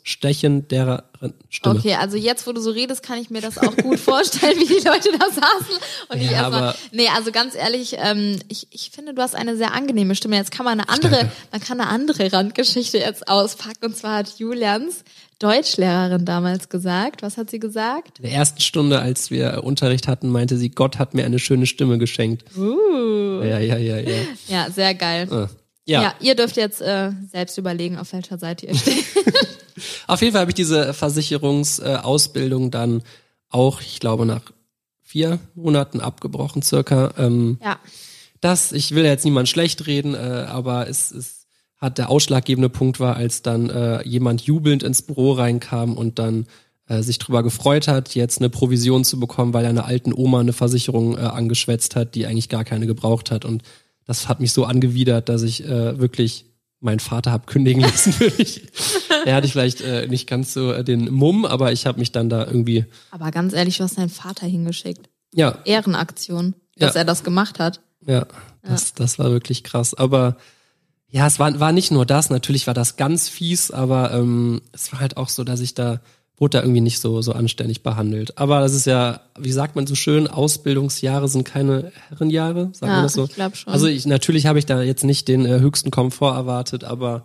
Speaker 1: herausstechenderen Stimme.
Speaker 2: Okay, also jetzt, wo du so redest, kann ich mir das auch gut vorstellen, wie die Leute da saßen. Und ich
Speaker 1: Ja,
Speaker 2: erstmal.
Speaker 1: aber-
Speaker 2: Nee, also ganz ehrlich, ähm, ich, ich finde, du hast eine sehr angenehme Stimme. Jetzt kann man eine andere, man kann eine andere Randgeschichte jetzt auspacken. Und zwar hat Julians Deutschlehrerin damals gesagt. Was hat sie gesagt?
Speaker 1: In der ersten Stunde, als wir Unterricht hatten, meinte sie, Gott hat mir eine schöne Stimme geschenkt.
Speaker 2: Uh.
Speaker 1: Ja, ja, ja, ja.
Speaker 2: Ja, sehr geil.
Speaker 1: Ah.
Speaker 2: Ja.
Speaker 1: Ja,
Speaker 2: ihr dürft jetzt äh, selbst überlegen, auf welcher Seite ihr steht.
Speaker 1: auf jeden Fall habe ich diese Versicherungsausbildung dann auch, ich glaube, nach vier Monaten abgebrochen circa. Ähm,
Speaker 2: ja.
Speaker 1: das, ich will ja jetzt niemand schlecht reden, äh, aber es, es hat der ausschlaggebende Punkt war, als dann äh, jemand jubelnd ins Büro reinkam und dann äh, sich drüber gefreut hat, jetzt eine Provision zu bekommen, weil er einer alten Oma eine Versicherung äh, angeschwätzt hat, die eigentlich gar keine gebraucht hat. Und das hat mich so angewidert, dass ich äh, wirklich meinen Vater hab kündigen lassen. würde ich. er hatte vielleicht äh, nicht ganz so äh, den Mumm, aber ich habe mich dann da irgendwie,
Speaker 2: Aber ganz ehrlich, du hast deinen Vater hingeschickt.
Speaker 1: ja,
Speaker 2: Ehrenaktion, dass
Speaker 1: Ja.
Speaker 2: er das gemacht hat.
Speaker 1: Ja, das, das war wirklich krass. Aber ja, es war, war nicht nur das, natürlich war das ganz fies, aber ähm, es war halt auch so, dass ich da, wurde da irgendwie nicht so, so anständig behandelt. Aber das ist ja, wie sagt man so schön, Ausbildungsjahre sind keine Herrenjahre, sagt
Speaker 2: Ja,
Speaker 1: man das so?
Speaker 2: ich glaub schon.
Speaker 1: Also ich, natürlich habe ich da jetzt nicht den äh, höchsten Komfort erwartet, aber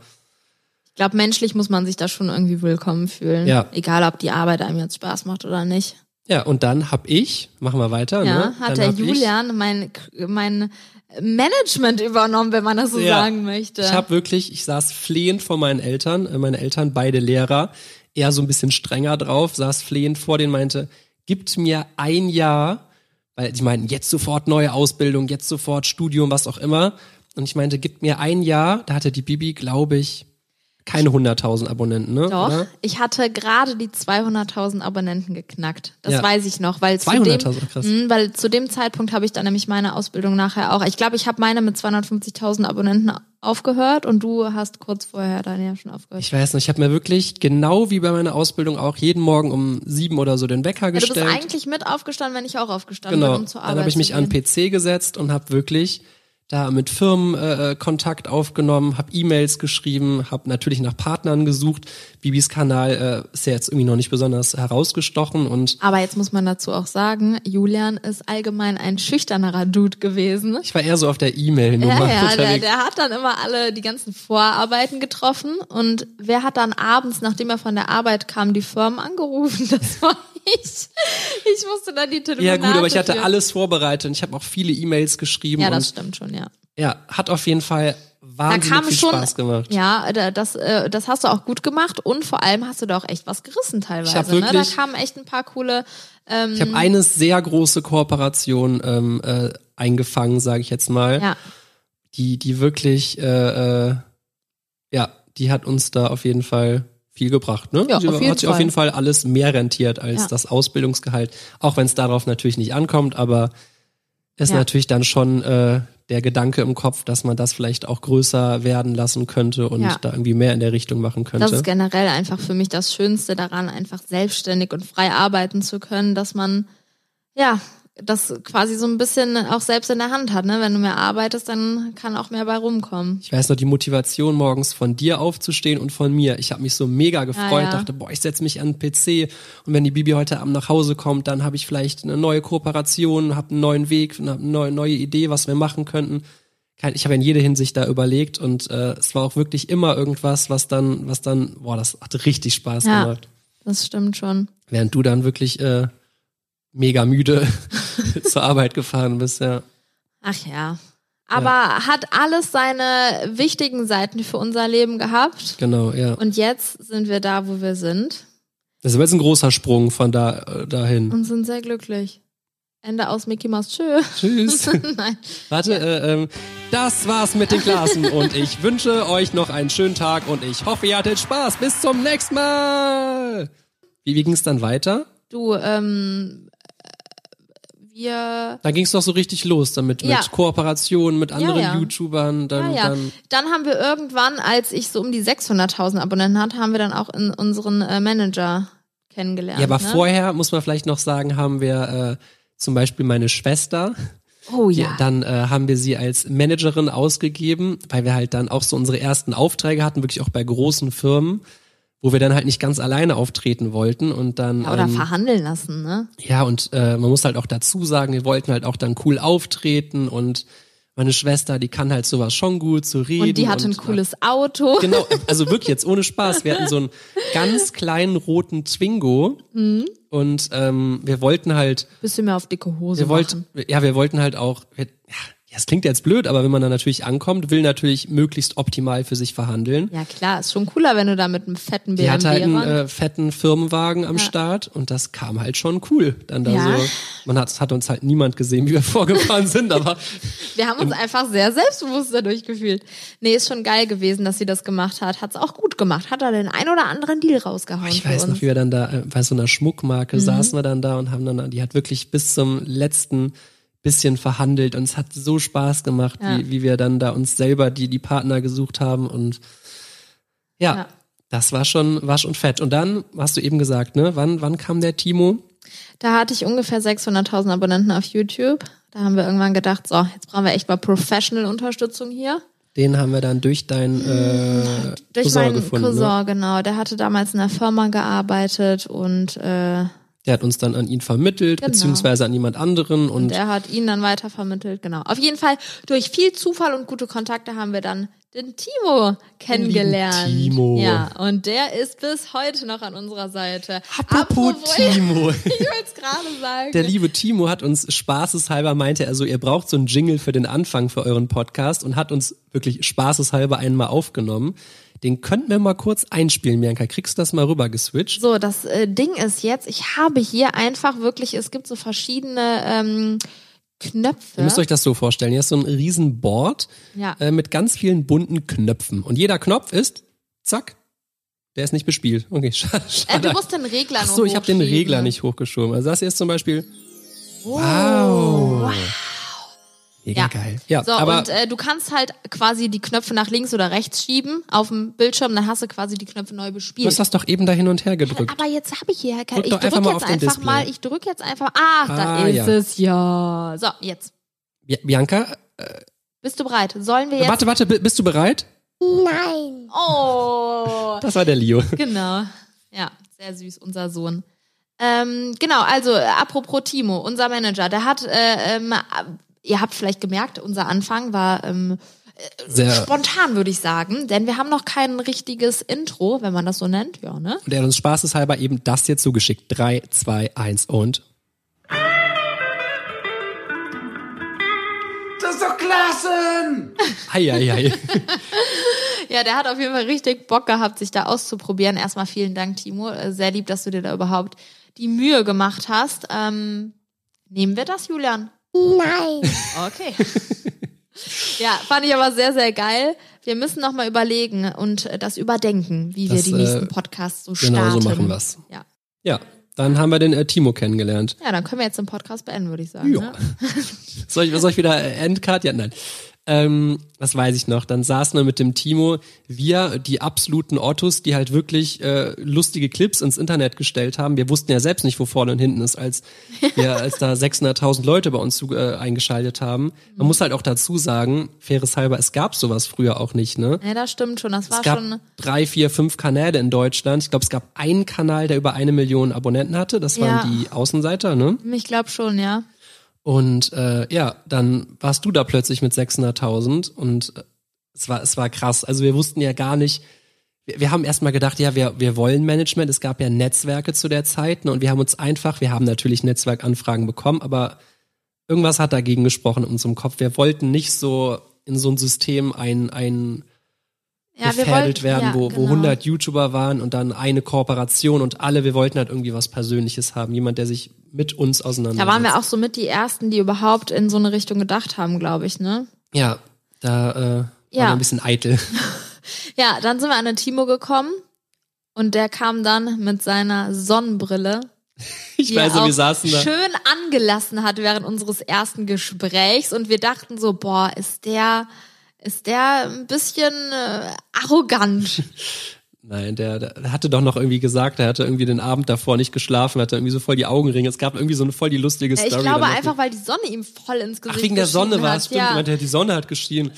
Speaker 2: Ich glaube, menschlich muss man sich da schon irgendwie willkommen fühlen.
Speaker 1: Ja.
Speaker 2: Egal, ob die Arbeit einem jetzt Spaß macht oder nicht.
Speaker 1: ja, und dann hab ich, machen wir weiter,
Speaker 2: Ja,
Speaker 1: ne?
Speaker 2: hat
Speaker 1: Dann
Speaker 2: der
Speaker 1: hab ich-
Speaker 2: Julian mein, mein Management übernommen, wenn man das so
Speaker 1: Ja.
Speaker 2: sagen möchte.
Speaker 1: Ich habe wirklich, ich saß flehend vor meinen Eltern, äh, meine Eltern, beide Lehrer, eher so ein bisschen strenger drauf, saß flehend vor denen, meinte, gibt mir ein Jahr, weil die meinten, jetzt sofort neue Ausbildung, jetzt sofort Studium, was auch immer. Und ich meinte, gibt mir ein Jahr, da hatte die Bibi, glaube ich, keine 100.000 Abonnenten, ne?
Speaker 2: Doch,
Speaker 1: Oder?
Speaker 2: ich hatte gerade die 200.000 Abonnenten geknackt. Das
Speaker 1: Ja.
Speaker 2: weiß ich noch, weil zu,
Speaker 1: 200.000, krass.
Speaker 2: dem, mh, weil zu dem Zeitpunkt habe ich dann nämlich meine Ausbildung nachher auch. Ich glaube, ich habe meine mit 250.000 Abonnenten aufgehört und du hast kurz vorher deine ja schon aufgehört.
Speaker 1: Ich weiß nicht, ich habe mir wirklich, genau wie bei meiner Ausbildung auch, jeden Morgen um sieben oder so den Wecker
Speaker 2: ja, du
Speaker 1: gestellt.
Speaker 2: bist eigentlich mit aufgestanden, wenn ich auch aufgestanden
Speaker 1: Genau.
Speaker 2: bin, um zur Arbeit
Speaker 1: dann habe ich mich
Speaker 2: zu
Speaker 1: an
Speaker 2: gehen.
Speaker 1: PC gesetzt und habe wirklich da mit Firmen äh, äh, Kontakt aufgenommen, habe E-Mails geschrieben, habe natürlich nach Partnern gesucht. Bibis Kanal äh, ist ja jetzt irgendwie noch nicht besonders herausgestochen und
Speaker 2: Aber jetzt muss man dazu auch sagen, Julian ist allgemein ein schüchternerer Dude gewesen.
Speaker 1: ich war eher so auf der E-Mail-Nummer
Speaker 2: Ja, ja, der,
Speaker 1: unterwegs.
Speaker 2: der hat dann immer alle die ganzen Vorarbeiten getroffen und wer hat dann abends, nachdem er von der Arbeit kam, die Firmen angerufen? Das war ich. Ich musste dann die
Speaker 1: ja
Speaker 2: Telefonate
Speaker 1: gut, aber ich hatte
Speaker 2: führen.
Speaker 1: alles vorbereitet und ich habe auch viele E-Mails geschrieben
Speaker 2: Ja, das
Speaker 1: und
Speaker 2: stimmt schon, ja.
Speaker 1: ja, hat auf jeden Fall
Speaker 2: Da
Speaker 1: wahnsinnig
Speaker 2: kam
Speaker 1: viel
Speaker 2: schon,
Speaker 1: Spaß gemacht.
Speaker 2: ja, da- das, äh, das hast du auch gut gemacht und vor allem hast du da auch echt was gerissen teilweise.
Speaker 1: Ich hab
Speaker 2: ne? Da
Speaker 1: wirklich-
Speaker 2: kamen echt ein paar coole,
Speaker 1: Ich
Speaker 2: ähm,
Speaker 1: habe eine sehr große Kooperation ähm, äh, eingefangen, sage ich jetzt mal.
Speaker 2: ja,
Speaker 1: die, die wirklich, äh, äh, ja, die hat uns da auf jeden Fall viel gebracht, ne?
Speaker 2: Ja,
Speaker 1: Die
Speaker 2: auf
Speaker 1: hat
Speaker 2: jeden
Speaker 1: sich auf
Speaker 2: Fall.
Speaker 1: jeden Fall alles mehr rentiert als
Speaker 2: Ja.
Speaker 1: das Ausbildungsgehalt, auch wenn es darauf natürlich nicht ankommt, aber ist
Speaker 2: Ja.
Speaker 1: natürlich dann schon äh, der Gedanke im Kopf, dass man das vielleicht auch größer werden lassen könnte und
Speaker 2: Ja.
Speaker 1: da irgendwie mehr in der Richtung machen könnte.
Speaker 2: das ist generell einfach für mich das Schönste daran, einfach selbstständig und frei arbeiten zu können, dass man, ja, das quasi so ein bisschen auch selbst in der Hand hat. Ne? Wenn du mehr arbeitest, dann kann auch mehr bei rumkommen.
Speaker 1: Ich weiß noch, die Motivation morgens von dir aufzustehen und von mir. Ich habe mich so mega gefreut,
Speaker 2: Ah, ja.
Speaker 1: dachte, boah, ich setze mich an den PC und wenn die Bibi heute Abend nach Hause kommt, dann habe ich vielleicht eine neue Kooperation, habe einen neuen Weg, eine neue, neue Idee, was wir machen könnten. Kein- Ich habe in jeder Hinsicht da überlegt und äh, es war auch wirklich immer irgendwas, was dann, was dann, boah, das hat richtig Spaß
Speaker 2: Ja.
Speaker 1: gemacht.
Speaker 2: Das stimmt schon.
Speaker 1: Während du dann wirklich äh, mega müde zur Arbeit gefahren bist, ja.
Speaker 2: Ach ja. Aber hat alles seine wichtigen Seiten für unser Leben gehabt.
Speaker 1: Genau, ja.
Speaker 2: Und jetzt sind wir da, wo wir sind
Speaker 1: Das ist aber jetzt ein großer Sprung von da äh, dahin.
Speaker 2: und sind sehr glücklich. Ende aus Mickey Mouse. Tschö.
Speaker 1: Tschüss.
Speaker 2: Nein.
Speaker 1: Warte, äh, ähm, das war's mit den Klassen und ich wünsche euch noch einen schönen Tag und ich hoffe, ihr hattet Spaß. Bis zum nächsten Mal. Wie, wie ging's dann weiter?
Speaker 2: Du, ähm, äh, wir
Speaker 1: Da ging es doch so richtig los damit, mit
Speaker 2: Ja.
Speaker 1: Kooperationen mit anderen
Speaker 2: ja.
Speaker 1: YouTubern, dann,
Speaker 2: Ja, ja.
Speaker 1: dann
Speaker 2: Dann haben wir irgendwann, als ich so um die 600.000 Abonnenten hatte, haben wir dann auch in unseren äh, Manager kennengelernt.
Speaker 1: Ja, aber
Speaker 2: ne?
Speaker 1: vorher muss man vielleicht noch sagen, haben wir äh, zum Beispiel meine Schwester.
Speaker 2: Oh
Speaker 1: Die,
Speaker 2: ja.
Speaker 1: Dann äh, haben wir sie als Managerin ausgegeben, weil wir halt dann auch so unsere ersten Aufträge hatten, wirklich auch bei großen Firmen, wo wir dann halt nicht ganz alleine auftreten wollten und dann
Speaker 2: ja, oder
Speaker 1: ähm,
Speaker 2: verhandeln lassen, ne?
Speaker 1: ja, und äh, man muss halt auch dazu sagen, wir wollten halt auch dann cool auftreten und meine Schwester, die kann halt sowas schon gut zu reden.
Speaker 2: Und die hatte ein
Speaker 1: äh,
Speaker 2: cooles Auto.
Speaker 1: Genau, also wirklich jetzt ohne Spaß. Wir hatten so einen ganz kleinen roten Twingo
Speaker 2: Mhm.
Speaker 1: und ähm, wir wollten halt,
Speaker 2: Bisschen mehr auf dicke Hose.
Speaker 1: wir wollten,
Speaker 2: machen.
Speaker 1: ja, wir wollten halt auch, wir, ja, es klingt jetzt blöd, aber wenn man da natürlich ankommt, will natürlich möglichst optimal für sich verhandeln.
Speaker 2: Ja klar, ist schon cooler, wenn du da mit einem fetten
Speaker 1: Die
Speaker 2: BMW
Speaker 1: hat halt einen
Speaker 2: ran-
Speaker 1: äh, fetten Firmenwagen am
Speaker 2: Ja.
Speaker 1: Start und das kam halt schon cool. Dann da
Speaker 2: Ja.
Speaker 1: so, man hat, hat uns halt niemand gesehen, wie wir vorgefahren sind, aber
Speaker 2: Wir haben uns einfach sehr selbstbewusst dadurch gefühlt. Nee, ist schon geil gewesen, dass sie das gemacht hat. Hat's auch gut gemacht. Hat da den ein oder anderen Deal rausgehauen
Speaker 1: ich
Speaker 2: für
Speaker 1: weiß
Speaker 2: uns. Mhm.
Speaker 1: noch, wie wir dann da äh, bei so einer Schmuckmarke saßen wir dann da und haben dann, die hat wirklich bis zum letzten bisschen verhandelt und es hat so Spaß gemacht,
Speaker 2: Ja.
Speaker 1: wie, wie wir dann da uns selber die, die Partner gesucht haben und ja,
Speaker 2: Ja.
Speaker 1: das war schon, war schon fett. Und dann hast du eben gesagt, ne, wann, wann kam der Timo?
Speaker 2: Da hatte ich ungefähr 600.000 Abonnenten auf YouTube. Da haben wir irgendwann gedacht, so, jetzt brauchen wir echt mal Professional-Unterstützung hier.
Speaker 1: Den haben wir dann durch dein äh,
Speaker 2: Durch
Speaker 1: Cousin
Speaker 2: meinen
Speaker 1: gefunden. Ne?
Speaker 2: Cousin, genau. Der hatte damals in einer Firma gearbeitet und äh,
Speaker 1: Der hat uns dann an ihn vermittelt,
Speaker 2: Genau.
Speaker 1: beziehungsweise an jemand anderen und
Speaker 2: der hat ihn dann weitervermittelt, genau. Auf jeden Fall, durch viel Zufall und gute Kontakte haben wir dann den Timo kennengelernt.
Speaker 1: Lieben Timo.
Speaker 2: Ja, und der ist bis heute noch an unserer Seite.
Speaker 1: apropos Timo.
Speaker 2: Ich wollte es gerade sagen.
Speaker 1: Der liebe Timo hat uns spaßeshalber meinte er so, ihr braucht so einen Jingle für den Anfang für euren Podcast und hat uns wirklich spaßeshalber einmal aufgenommen. Den könnten wir mal kurz einspielen, Bianca. Kriegst du das mal rüber geswitcht?
Speaker 2: So, das äh, Ding ist jetzt, ich habe hier einfach wirklich, es gibt so verschiedene ähm, Knöpfe.
Speaker 1: Ihr müsst euch das so vorstellen. Hier ist so ein riesen Board
Speaker 2: Ja.
Speaker 1: äh, mit ganz vielen bunten Knöpfen. Und jeder Knopf ist, zack, der ist nicht bespielt. Okay, schade.
Speaker 2: äh,
Speaker 1: schade.
Speaker 2: du musst den Regler
Speaker 1: Ach
Speaker 2: noch
Speaker 1: so, ich habe den
Speaker 2: hochschieben. ne?
Speaker 1: Regler nicht hochgeschoben. Also das hier ist zum Beispiel,
Speaker 2: Oh.
Speaker 1: wow. Mega
Speaker 2: Ja.
Speaker 1: geil. Ja,
Speaker 2: So,
Speaker 1: aber
Speaker 2: und äh, du kannst halt quasi die Knöpfe nach links oder rechts schieben auf dem Bildschirm, dann hast du quasi die Knöpfe neu
Speaker 1: du hast
Speaker 2: bespielt.
Speaker 1: das doch eben da hin und her gedrückt.
Speaker 2: Aber jetzt habe ich hier ja kein.
Speaker 1: Drück
Speaker 2: Ich
Speaker 1: doch einfach
Speaker 2: drücke jetzt
Speaker 1: mal auf den
Speaker 2: einfach
Speaker 1: Display.
Speaker 2: mal, ich drücke jetzt einfach. Ach,
Speaker 1: Ah,
Speaker 2: da ist
Speaker 1: ja.
Speaker 2: es ja. So, jetzt.
Speaker 1: Bi- Bianca,
Speaker 2: Bist du bereit? Sollen wir jetzt.
Speaker 1: warte, warte, bi- bist du bereit?
Speaker 3: Nein.
Speaker 2: Oh.
Speaker 1: Das war der Leo.
Speaker 2: Genau. Ja, sehr süß, unser Sohn. Ähm, genau, also äh, apropos Timo, unser Manager, der hat, äh, ähm, äh, ihr habt vielleicht gemerkt, unser Anfang war ähm,
Speaker 1: Sehr.
Speaker 2: spontan, würde ich sagen, denn wir haben noch kein richtiges Intro, wenn man das so nennt, ja, ne?
Speaker 1: Und er hat uns spaßeshalber eben das hier zugeschickt. Drei, zwei, eins und.
Speaker 4: Das ist doch Klassen!
Speaker 1: Eieiei.
Speaker 2: Ja, der hat auf jeden Fall richtig Bock gehabt, sich da auszuprobieren. Erstmal vielen Dank, Timo. Äh, Sehr lieb, dass du dir da überhaupt die Mühe gemacht hast. Ähm, nehmen wir das, Julian?
Speaker 3: Nein.
Speaker 2: Okay. ja, fand ich aber sehr, sehr geil. Wir müssen nochmal überlegen und äh, das überdenken, wie wir
Speaker 1: Das,
Speaker 2: die
Speaker 1: äh,
Speaker 2: nächsten Podcasts so
Speaker 1: genau so
Speaker 2: starten.
Speaker 1: machen wir's.
Speaker 2: Ja.
Speaker 1: ja, dann haben wir den äh, Timo kennengelernt.
Speaker 2: ja, dann können wir jetzt den Podcast beenden, würde ich sagen.
Speaker 1: Ja.
Speaker 2: Ne?
Speaker 1: Soll ich, soll ich wieder äh, Endcard? Ja, nein. Ähm, was weiß ich noch? Dann saßen wir mit dem Timo, wir, die absoluten Ottos, die halt wirklich äh, lustige Clips ins Internet gestellt haben. Wir wussten ja selbst nicht, wo vorne und hinten ist, als, wir, als da 600.000 Leute bei uns zu, äh, eingeschaltet haben. Man muss halt auch dazu sagen, faires halber, es gab sowas früher auch nicht, ne?
Speaker 2: Ja, das stimmt schon. Das war
Speaker 1: Es gab
Speaker 2: schon.
Speaker 1: drei, vier, fünf Kanäle in Deutschland. Ich glaube, es gab einen Kanal, der über eine Million Abonnenten hatte. Das waren
Speaker 2: Ja.
Speaker 1: die Außenseiter, ne?
Speaker 2: Ich glaube schon, ja.
Speaker 1: Und äh, ja, dann warst du da plötzlich mit 600.000 und äh, es war, es war krass. Also wir wussten ja gar nicht, wir, wir haben erstmal gedacht, ja, wir, wir wollen Management. Es gab ja Netzwerke zu der Zeit ne, und wir haben uns einfach, wir haben natürlich Netzwerkanfragen bekommen, aber irgendwas hat dagegen gesprochen in unserem Kopf. Wir wollten nicht so in so ein System ein, ein
Speaker 2: Ja, wir
Speaker 1: gefädelt
Speaker 2: wollten,
Speaker 1: werden,
Speaker 2: ja,
Speaker 1: wo,
Speaker 2: genau.
Speaker 1: wo 100 YouTuber waren und dann eine Kooperation und alle, wir wollten halt irgendwie was Persönliches haben. Jemand, der sich mit uns
Speaker 2: Da
Speaker 1: auseinandersetzt.
Speaker 2: waren wir auch so mit die ersten, die überhaupt in so eine Richtung gedacht haben, glaube ich, ne?
Speaker 1: Ja, da äh, waren
Speaker 2: Ja.
Speaker 1: wir ein bisschen eitel.
Speaker 2: Ja, dann sind wir an den Timo gekommen und der kam dann mit seiner Sonnenbrille
Speaker 1: Ich
Speaker 2: die er
Speaker 1: weiß, noch,
Speaker 2: auch
Speaker 1: wir saßen da.
Speaker 2: schön angelassen hat während unseres ersten Gesprächs und wir dachten so, boah, ist der, ist der ein bisschen äh, arrogant.
Speaker 1: Nein, der, der hatte doch noch irgendwie gesagt, er hatte irgendwie den Abend davor nicht geschlafen, hatte irgendwie so voll die Augenringe. Es gab irgendwie so eine voll die lustige
Speaker 2: ich
Speaker 1: Story. dann
Speaker 2: glaube
Speaker 1: noch.
Speaker 2: einfach, weil die Sonne ihm voll ins Gesicht
Speaker 1: Ach, wegen der Sonne
Speaker 2: geschienen
Speaker 1: war
Speaker 2: hat.
Speaker 1: es, stimmt.
Speaker 2: Ja.
Speaker 1: Meinte, er, die Sonne hat geschienen.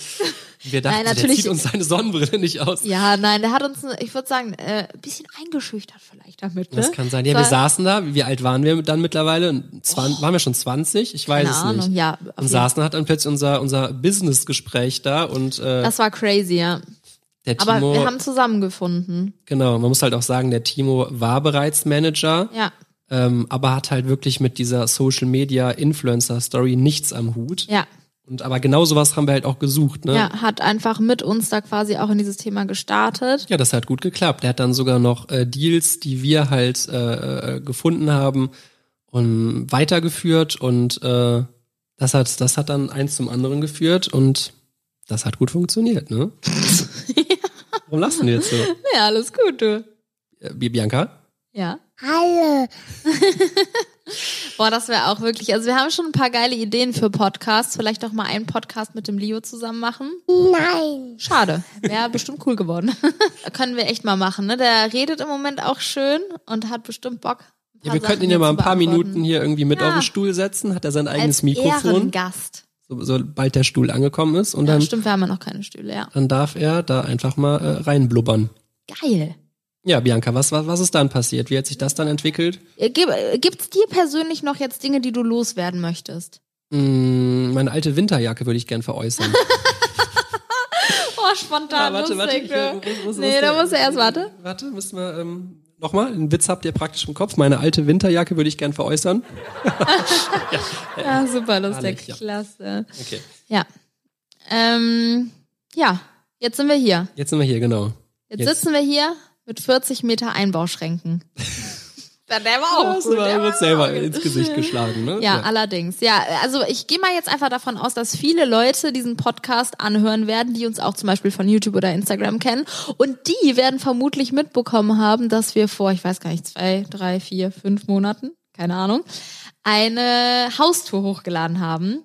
Speaker 1: Wir dachten,
Speaker 2: Nein, natürlich-
Speaker 1: der zieht uns seine Sonnenbrille nicht aus.
Speaker 2: Ja, nein, der hat uns, ich würde sagen, äh, ein bisschen eingeschüchtert vielleicht damit. Ne?
Speaker 1: Das kann sein. Ja, wir
Speaker 2: Weil-
Speaker 1: saßen da. Wie alt waren wir dann mittlerweile? Zwan waren wir schon 20? Ich weiß
Speaker 2: Oh. Keine
Speaker 1: es
Speaker 2: Ahnung,
Speaker 1: nicht.
Speaker 2: ja, auf jeden-
Speaker 1: und saßen, hat dann plötzlich unser, unser Business-Gespräch da und äh,
Speaker 2: Das war crazy, ja.
Speaker 1: der
Speaker 2: Aber
Speaker 1: Timo,
Speaker 2: wir haben zusammengefunden.
Speaker 1: genau, man muss halt auch sagen, der Timo war bereits Manager,
Speaker 2: Ja,
Speaker 1: ähm, aber hat halt wirklich mit dieser Social-Media-Influencer-Story nichts am Hut.
Speaker 2: ja.
Speaker 1: Und aber genau sowas haben wir halt auch gesucht, ne?
Speaker 2: Ja, hat einfach mit uns da quasi auch in dieses Thema gestartet.
Speaker 1: Ja, das hat gut geklappt. Er hat dann sogar noch äh, Deals, die wir halt äh, äh, gefunden haben, und weitergeführt und äh, das hat das hat dann eins zum anderen geführt und das hat gut funktioniert, ne? Warum lassen wir jetzt so?
Speaker 2: Ja, alles gut, du.
Speaker 1: Äh, Bi- Bianca?
Speaker 2: Ja.
Speaker 3: Halle,
Speaker 2: Boah, das wäre auch wirklich. Also wir haben schon ein paar geile Ideen für Podcasts. Vielleicht auch mal einen Podcast mit dem Leo zusammen machen.
Speaker 3: nein,
Speaker 2: Schade. Wäre bestimmt cool geworden. Können wir echt mal machen, ne? Der redet im Moment auch schön und hat bestimmt Bock. ein
Speaker 1: Ja,
Speaker 2: paar
Speaker 1: wir
Speaker 2: Sachen
Speaker 1: könnten ihn ja
Speaker 2: hier
Speaker 1: mal
Speaker 2: zu
Speaker 1: ein paar
Speaker 2: beantworten.
Speaker 1: Minuten hier irgendwie mit
Speaker 2: Ja.
Speaker 1: auf den Stuhl setzen. Hat er sein eigenes
Speaker 2: Als
Speaker 1: Mikrofon,
Speaker 2: Ehrengast.
Speaker 1: so, sobald der Stuhl angekommen ist. Und
Speaker 2: Ja,
Speaker 1: dann,
Speaker 2: stimmt, wir haben ja noch keine Stühle, ja.
Speaker 1: dann darf er da einfach mal äh, reinblubbern.
Speaker 2: Geil.
Speaker 1: Ja, Bianca, was, was, was ist dann passiert? Wie hat sich das dann entwickelt?
Speaker 2: Äh, gib- äh, Gibt's dir persönlich noch jetzt Dinge, die du loswerden möchtest?
Speaker 1: Mm, meine alte Winterjacke würde ich gern veräußern. Ah,
Speaker 2: Oh, spontan. lustig, ne?
Speaker 1: ich- äh, muss- muss-
Speaker 2: Nee, da muss er erst warte.
Speaker 1: Warte, müssen wir ähm, nochmal. Einen Witz habt ihr praktisch im Kopf. Meine alte Winterjacke würde ich gern veräußern.
Speaker 2: Ja, Ah, super lustig.
Speaker 1: Herrlich, ja.
Speaker 2: Klasse.
Speaker 1: Okay.
Speaker 2: Ja. Ähm, ja, jetzt sind wir hier.
Speaker 1: Jetzt sind wir hier, genau.
Speaker 2: Jetzt,
Speaker 1: Jetzt.
Speaker 2: sitzen wir hier mit 40 Meter Einbauschränken. Dann der war
Speaker 1: Das
Speaker 2: Oh, gut, der
Speaker 1: war,
Speaker 2: war
Speaker 1: wird selber
Speaker 2: auch gut.
Speaker 1: ins Gesicht geschlagen, ne?
Speaker 2: Ja, allerdings. Ja, also ich gehe mal jetzt einfach davon aus, dass viele Leute diesen Podcast anhören werden, die uns auch zum Beispiel von YouTube oder Instagram kennen. Und die werden vermutlich mitbekommen haben, dass wir vor, ich weiß gar nicht, zwei, drei, vier, fünf Monaten, keine Ahnung, eine Haustour hochgeladen haben.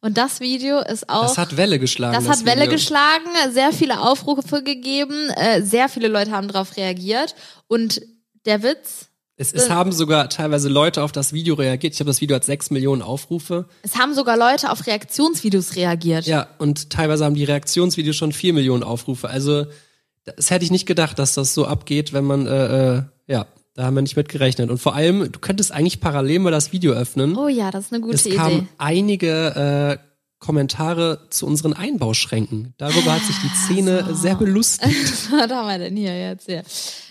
Speaker 2: Und das Video ist auch.
Speaker 1: Das hat Welle geschlagen.
Speaker 2: Das hat Welle
Speaker 1: Video.
Speaker 2: geschlagen, sehr viele Aufrufe gegeben, äh, sehr viele Leute haben darauf reagiert. Und der Witz,
Speaker 1: Es,
Speaker 2: Äh.
Speaker 1: es haben sogar teilweise Leute auf das Video reagiert. Ich habe das Video hat sechs Millionen Aufrufe.
Speaker 2: es haben sogar Leute auf Reaktionsvideos reagiert.
Speaker 1: Ja, und teilweise haben die Reaktionsvideos schon vier Millionen Aufrufe. Also, das hätte ich nicht gedacht, dass das so abgeht, wenn man, äh, äh, ja, da haben wir nicht mit gerechnet. Und vor allem, du könntest eigentlich parallel mal das Video öffnen.
Speaker 2: Oh ja, das ist eine gute
Speaker 1: es kamen
Speaker 2: Idee.
Speaker 1: einige äh, Kommentare zu unseren Einbauschränken. Darüber hat sich
Speaker 2: Ah,
Speaker 1: die Szene sehr belustigt.
Speaker 2: Was haben wir denn hier jetzt hier?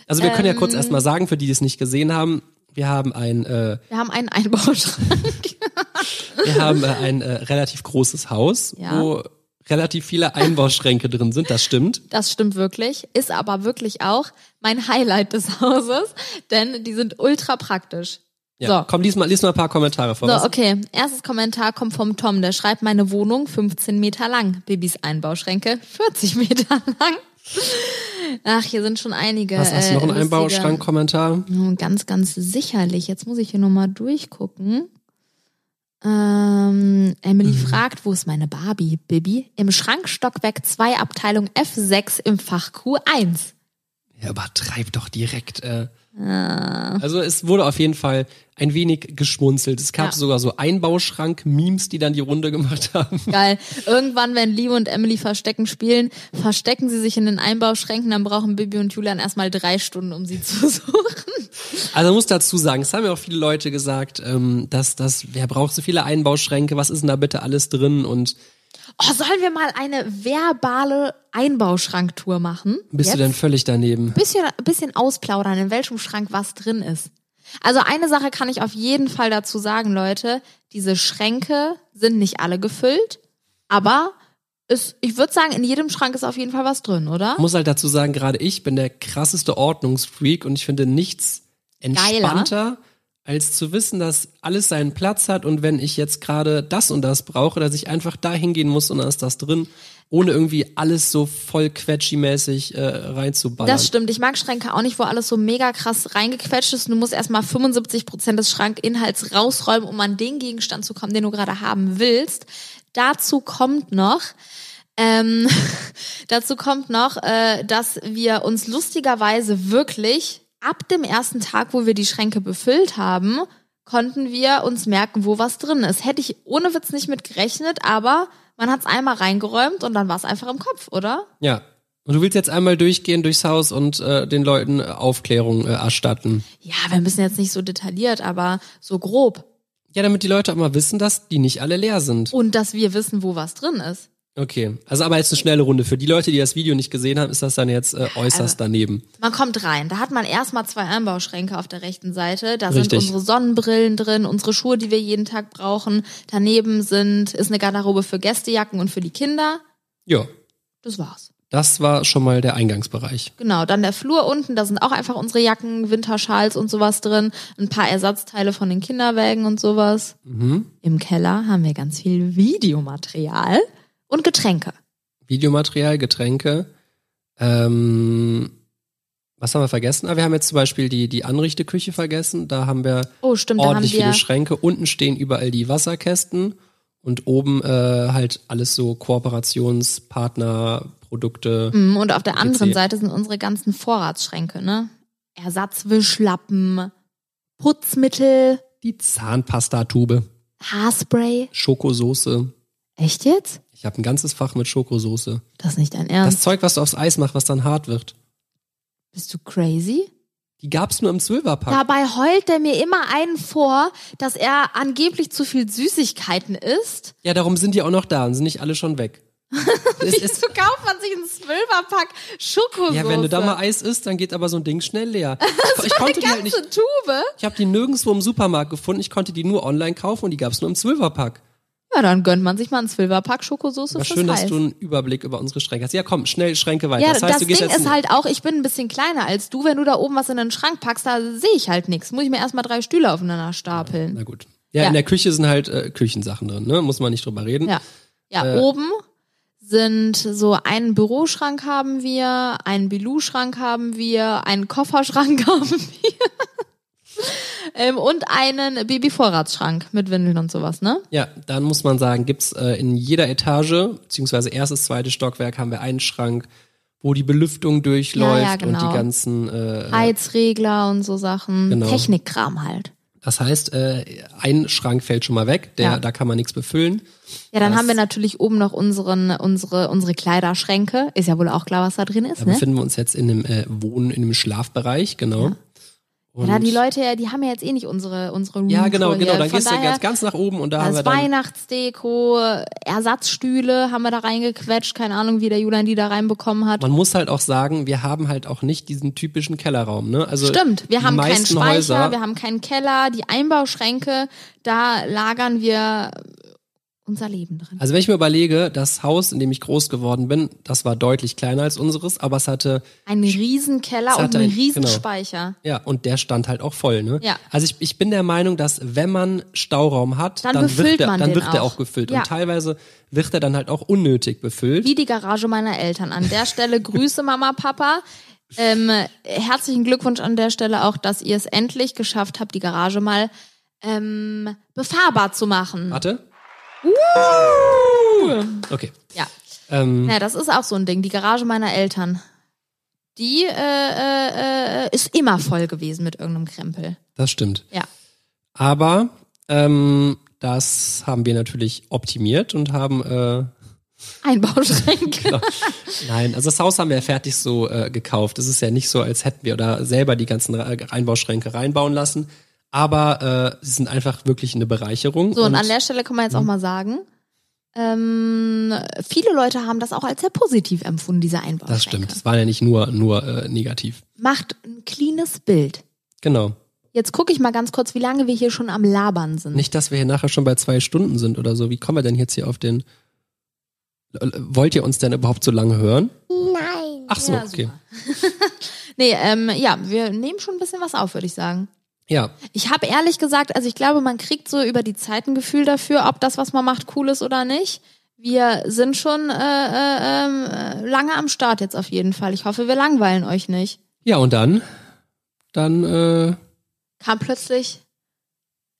Speaker 1: Also, wir können ja
Speaker 2: Ähm.
Speaker 1: kurz erstmal sagen, für die, die es nicht gesehen haben, wir haben ein, äh,
Speaker 2: Wir haben einen Einbauschrank.
Speaker 1: wir haben äh, ein äh, relativ großes Haus,
Speaker 2: Ja.
Speaker 1: wo relativ viele Einbauschränke drin sind, das stimmt.
Speaker 2: Das stimmt wirklich, ist aber wirklich auch mein Highlight des Hauses, denn die sind ultra praktisch.
Speaker 1: Ja.
Speaker 2: So.
Speaker 1: Komm, lies mal, lies mal ein paar Kommentare vor.
Speaker 2: So,
Speaker 1: Was-
Speaker 2: okay. Erstes Kommentar kommt vom Tom, der schreibt, meine Wohnung 15 Meter lang, Babys Einbauschränke 40 Meter lang. Ach, hier sind schon einige.
Speaker 1: Was hast du noch
Speaker 2: äh,
Speaker 1: einen
Speaker 2: lustige-
Speaker 1: Einbauschrank-Kommentar?
Speaker 2: Nun, Ganz, ganz sicherlich. Jetzt muss ich hier nochmal durchgucken. Ähm, Emily
Speaker 1: Mhm.
Speaker 2: fragt, wo ist meine Barbie, Bibi? Im Schrank Stockwerk 2, Abteilung F6 im Fach Q1.
Speaker 1: Ja, übertreib doch direkt. Äh.
Speaker 2: Ah.
Speaker 1: Also es wurde auf jeden Fall ein wenig geschmunzelt. Es gab
Speaker 2: Ja.
Speaker 1: sogar so Einbauschrank-Memes, die dann die Runde gemacht haben.
Speaker 2: Geil. Irgendwann, wenn Leo und Emily Verstecken spielen, verstecken sie sich in den Einbauschränken, dann brauchen Bibi und Julian erstmal drei Stunden, um sie zu suchen.
Speaker 1: Also man muss dazu sagen, es haben ja auch viele Leute gesagt, ähm, dass das, wer braucht so viele Einbauschränke, was ist denn da bitte alles drin? Und
Speaker 2: Oh, sollen wir mal eine verbale Einbauschranktour machen?
Speaker 1: bist
Speaker 2: Jetzt?
Speaker 1: du denn völlig daneben?
Speaker 2: bisschen, bisschen ausplaudern, in welchem Schrank was drin ist. Also eine Sache kann ich auf jeden Fall dazu sagen, Leute. Diese Schränke sind nicht alle gefüllt, aber es, ich würde sagen, in jedem Schrank ist auf jeden Fall was drin, oder?
Speaker 1: Ich muss halt dazu sagen, gerade ich bin der krasseste Ordnungsfreak und ich finde nichts entspannter, als zu wissen, dass alles seinen Platz hat und wenn ich jetzt gerade das und das brauche, dass ich einfach da hingehen muss und dann ist das drin. ohne irgendwie alles so voll quetschi-mäßig äh, reinzuballern.
Speaker 2: Das stimmt. Ich mag Schränke auch nicht, wo alles so mega krass reingequetscht ist. Du musst erstmal 75% des Schrankinhalts rausräumen, um an den Gegenstand zu kommen, den du gerade haben willst. Dazu kommt noch, ähm, dazu kommt noch, äh, dass wir uns lustigerweise wirklich ab dem ersten Tag, wo wir die Schränke befüllt haben, konnten wir uns merken, wo was drin ist. Hätte ich ohne Witz nicht mit gerechnet, aber man hat es einmal reingeräumt und dann war es einfach im Kopf, oder?
Speaker 1: Ja. Und du willst jetzt einmal durchgehen durchs Haus und äh, den Leuten äh, Aufklärung äh, erstatten.
Speaker 2: Ja, wir müssen jetzt nicht so detailliert, aber so grob.
Speaker 1: Ja, damit die Leute auch mal wissen, dass die nicht alle leer sind.
Speaker 2: Und dass wir wissen, wo was drin ist.
Speaker 1: Okay. Also aber jetzt eine schnelle Runde. Für die Leute, die das Video nicht gesehen haben, ist das dann jetzt äh, äußerst daneben.
Speaker 2: Man kommt rein, da hat man erstmal zwei Einbauschränke auf der rechten Seite. Da
Speaker 1: Richtig.
Speaker 2: sind unsere Sonnenbrillen drin, unsere Schuhe, die wir jeden Tag brauchen. Daneben sind, ist eine Garderobe für Gästejacken und für die Kinder.
Speaker 1: Ja.
Speaker 2: Das war's.
Speaker 1: Das war schon mal der Eingangsbereich.
Speaker 2: Genau, dann der Flur unten, da sind auch einfach unsere Jacken, Winterschals und sowas drin, ein paar Ersatzteile von den Kinderwägen und sowas.
Speaker 1: Mhm.
Speaker 2: Im Keller haben wir ganz viel Videomaterial und Getränke.
Speaker 1: Videomaterial, Getränke. Ähm, was haben wir vergessen? Ah, wir haben jetzt zum Beispiel die, die Anrichteküche vergessen. Da haben wir
Speaker 2: Oh, stimmt, da haben
Speaker 1: ordentlich
Speaker 2: wir
Speaker 1: viele Schränke. Unten stehen überall die Wasserkästen und oben äh, halt alles so Kooperationspartner, Produkte.
Speaker 2: Mm, Und auf der anderen
Speaker 1: PC.
Speaker 2: Seite sind unsere ganzen Vorratsschränke, ne? Ersatzwischlappen, Putzmittel,
Speaker 1: Die Zahnpastatube,
Speaker 2: Haarspray.
Speaker 1: Schokosoße.
Speaker 2: Echt jetzt?
Speaker 1: Ich habe ein ganzes Fach mit Schokosoße.
Speaker 2: Das ist nicht dein
Speaker 1: Das
Speaker 2: Ernst.
Speaker 1: Zeug, was du aufs Eis machst, was dann hart wird.
Speaker 2: Bist du crazy?
Speaker 1: Die gab's nur im Zwölferpack.
Speaker 2: Dabei heult er mir immer einen vor, dass er angeblich zu viel Süßigkeiten isst.
Speaker 1: Ja, darum sind die auch noch da und sind nicht alle schon weg. es ist,
Speaker 2: Wieso kauft man sich einen Zwölferpack Schokosoße?
Speaker 1: ja, wenn du da mal Eis isst, dann geht aber so ein Ding schnell leer. ich konnte die halt nicht.
Speaker 2: Ganze Tube?
Speaker 1: Ich habe die nirgendwo im Supermarkt gefunden. Ich konnte die nur online kaufen und die gab's nur im Zwölferpack.
Speaker 2: Ja, dann gönnt man sich mal einen Zwölferpack Schokosoße
Speaker 1: War
Speaker 2: fürs
Speaker 1: schön, dass
Speaker 2: Eis.
Speaker 1: du einen Überblick über unsere Schränke hast. Ja, komm, schnell Schränke weiter.
Speaker 2: halt. Ja,
Speaker 1: das heißt,
Speaker 2: das
Speaker 1: du gehst
Speaker 2: Ding
Speaker 1: jetzt.
Speaker 2: ist halt auch, ich bin ein bisschen kleiner als du. Wenn du da oben was in den Schrank packst, da sehe ich halt nichts. Muss ich mir erstmal drei Stühle aufeinander stapeln.
Speaker 1: na gut. Ja,
Speaker 2: Ja.
Speaker 1: in der Küche sind halt äh, Küchensachen drin, ne? Muss man nicht drüber reden.
Speaker 2: Ja.
Speaker 1: Äh.
Speaker 2: Ja, oben sind so einen Büroschrank haben wir, einen Bilou-Schrank haben wir, einen Kofferschrank haben wir. ähm, und einen Babyvorratsschrank mit Windeln und sowas, ne?
Speaker 1: Ja, dann muss man sagen, gibt's äh, in jeder Etage, beziehungsweise erstes, zweites Stockwerk, haben wir einen Schrank, wo die Belüftung durchläuft
Speaker 2: Ja, ja, genau.
Speaker 1: und die ganzen. Äh,
Speaker 2: Heizregler und so Sachen.
Speaker 1: Genau.
Speaker 2: Technikkram halt.
Speaker 1: das heißt, äh, ein Schrank fällt schon mal weg, der,
Speaker 2: Ja.
Speaker 1: da kann man nichts befüllen.
Speaker 2: Ja, dann
Speaker 1: Das-
Speaker 2: haben wir natürlich oben noch unseren, unsere, unsere Kleiderschränke. Ist ja wohl auch klar, was da drin ist,
Speaker 1: Da
Speaker 2: ne?
Speaker 1: befinden wir uns jetzt in dem äh, Wohnen, in dem Schlafbereich, genau. Und,
Speaker 2: Ja, die Leute, ja, die haben ja jetzt eh nicht unsere unsere Roomtour
Speaker 1: ja genau, genau.
Speaker 2: Hier.
Speaker 1: Dann
Speaker 2: Von
Speaker 1: gehst du
Speaker 2: daher,
Speaker 1: ganz, ganz nach oben und da haben wir
Speaker 2: das
Speaker 1: dann.
Speaker 2: Weihnachtsdeko, Ersatzstühle haben wir da reingequetscht. Keine Ahnung, wie der Julian die da reinbekommen hat.
Speaker 1: Man muss halt auch sagen, wir haben halt auch nicht diesen typischen Kellerraum, ne? Also
Speaker 2: Stimmt, wir
Speaker 1: die
Speaker 2: haben keinen
Speaker 1: meisten
Speaker 2: Speicher,
Speaker 1: Häuser,
Speaker 2: wir haben keinen Keller, die Einbauschränke, da lagern wir unser Leben drin.
Speaker 1: Also wenn ich mir überlege, das Haus, in dem ich groß geworden bin, das war deutlich kleiner als unseres, aber es hatte,
Speaker 2: Ein riesen Keller
Speaker 1: Es
Speaker 2: und
Speaker 1: hat
Speaker 2: ein
Speaker 1: ein-
Speaker 2: riesen
Speaker 1: genau.
Speaker 2: Speicher.
Speaker 1: ja, und der stand halt auch voll, ne?
Speaker 2: Ja.
Speaker 1: Also ich, ich bin der Meinung, dass wenn man Stauraum hat,
Speaker 2: Dann
Speaker 1: dann,
Speaker 2: befüllt
Speaker 1: wird, der,
Speaker 2: man
Speaker 1: dann
Speaker 2: den
Speaker 1: wird der
Speaker 2: auch.
Speaker 1: auch gefüllt.
Speaker 2: Ja.
Speaker 1: Und teilweise wird er dann halt auch unnötig befüllt.
Speaker 2: Wie die Garage meiner Eltern. An der Stelle Grüße Mama, Papa. Ähm, herzlichen Glückwunsch an der Stelle auch, dass ihr es endlich geschafft habt, die Garage mal ähm, befahrbar zu machen.
Speaker 1: Warte. Okay.
Speaker 2: Ja.
Speaker 1: Ähm,
Speaker 2: Naja, das ist auch so ein Ding. Die Garage meiner Eltern. Die äh, äh, äh, ist immer voll gewesen mit irgendeinem Krempel.
Speaker 1: das stimmt.
Speaker 2: Ja.
Speaker 1: Aber ähm, das haben wir natürlich optimiert und haben äh,
Speaker 2: Einbauschränke.
Speaker 1: Nein, also das Haus haben wir ja fertig so äh, gekauft. Es ist ja nicht so, als hätten wir da selber die ganzen Re- Reinbauschränke reinbauen lassen. Aber äh, sie sind einfach wirklich eine Bereicherung.
Speaker 2: So, und an der Stelle kann man
Speaker 1: Mhm.
Speaker 2: jetzt auch mal sagen, ähm, viele Leute haben das auch als sehr positiv empfunden, diese Einbauschränke.
Speaker 1: das stimmt. Es waren ja nicht nur, nur äh, negativ.
Speaker 2: Macht ein cleanes Bild. Mhm.
Speaker 1: Genau.
Speaker 2: Jetzt gucke ich mal ganz kurz, wie lange wir hier schon am Labern sind.
Speaker 1: Nicht, dass wir hier nachher schon bei zwei Stunden sind oder so. Wie kommen wir denn jetzt hier auf den. L- Wollt ihr uns denn überhaupt so lange hören?
Speaker 3: Nein.
Speaker 1: Ach so,
Speaker 2: Ja,
Speaker 1: okay.
Speaker 2: super. Nee, ähm, ja, wir nehmen schon ein bisschen was auf, würde ich sagen.
Speaker 1: Ja,
Speaker 2: Ich habe ehrlich gesagt, also ich glaube, man kriegt so über die Zeit ein Gefühl dafür, ob das, was man macht, cool ist oder nicht. Wir sind schon äh, äh, ähm, äh, lange am Start jetzt auf jeden Fall. Ich hoffe, wir langweilen euch nicht.
Speaker 1: Ja, und dann? Dann äh,
Speaker 2: Kam plötzlich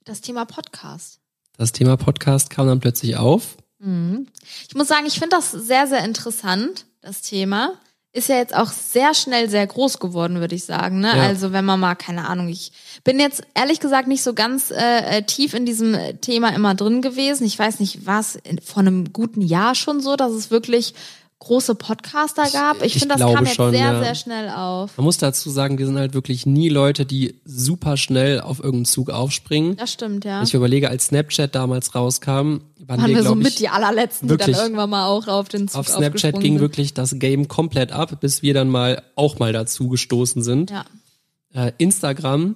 Speaker 2: das Thema Podcast.
Speaker 1: das Thema Podcast kam dann plötzlich auf.
Speaker 2: Mhm. Ich muss sagen, ich finde das sehr, sehr interessant, das Thema. Ist ja jetzt auch sehr schnell sehr groß geworden, würde ich sagen. Ne?
Speaker 1: Ja.
Speaker 2: Also wenn man mal, keine Ahnung, ich bin jetzt ehrlich gesagt nicht so ganz äh, äh, tief in diesem äh, Thema immer drin gewesen. Ich weiß nicht, war es in- vor einem guten Jahr schon so, dass es wirklich große Podcaster gab? Ich,
Speaker 1: ich
Speaker 2: finde, das
Speaker 1: glaube
Speaker 2: kam jetzt
Speaker 1: schon,
Speaker 2: sehr,
Speaker 1: ja.
Speaker 2: sehr schnell auf.
Speaker 1: Man muss dazu sagen, wir sind halt wirklich nie Leute, die super schnell auf irgendeinen Zug aufspringen.
Speaker 2: Das stimmt, ja.
Speaker 1: Wenn Ich überlege, als Snapchat damals rauskam, waren
Speaker 2: waren
Speaker 1: wir,
Speaker 2: wir so
Speaker 1: glaube
Speaker 2: mit
Speaker 1: ich,
Speaker 2: die allerletzten, die
Speaker 1: wirklich
Speaker 2: dann irgendwann mal auch auf den Zug
Speaker 1: auf Snapchat
Speaker 2: aufgesprungen
Speaker 1: ging
Speaker 2: sind.
Speaker 1: wirklich das Game komplett ab, bis wir dann mal auch mal dazu gestoßen sind.
Speaker 2: Ja.
Speaker 1: Äh, Instagram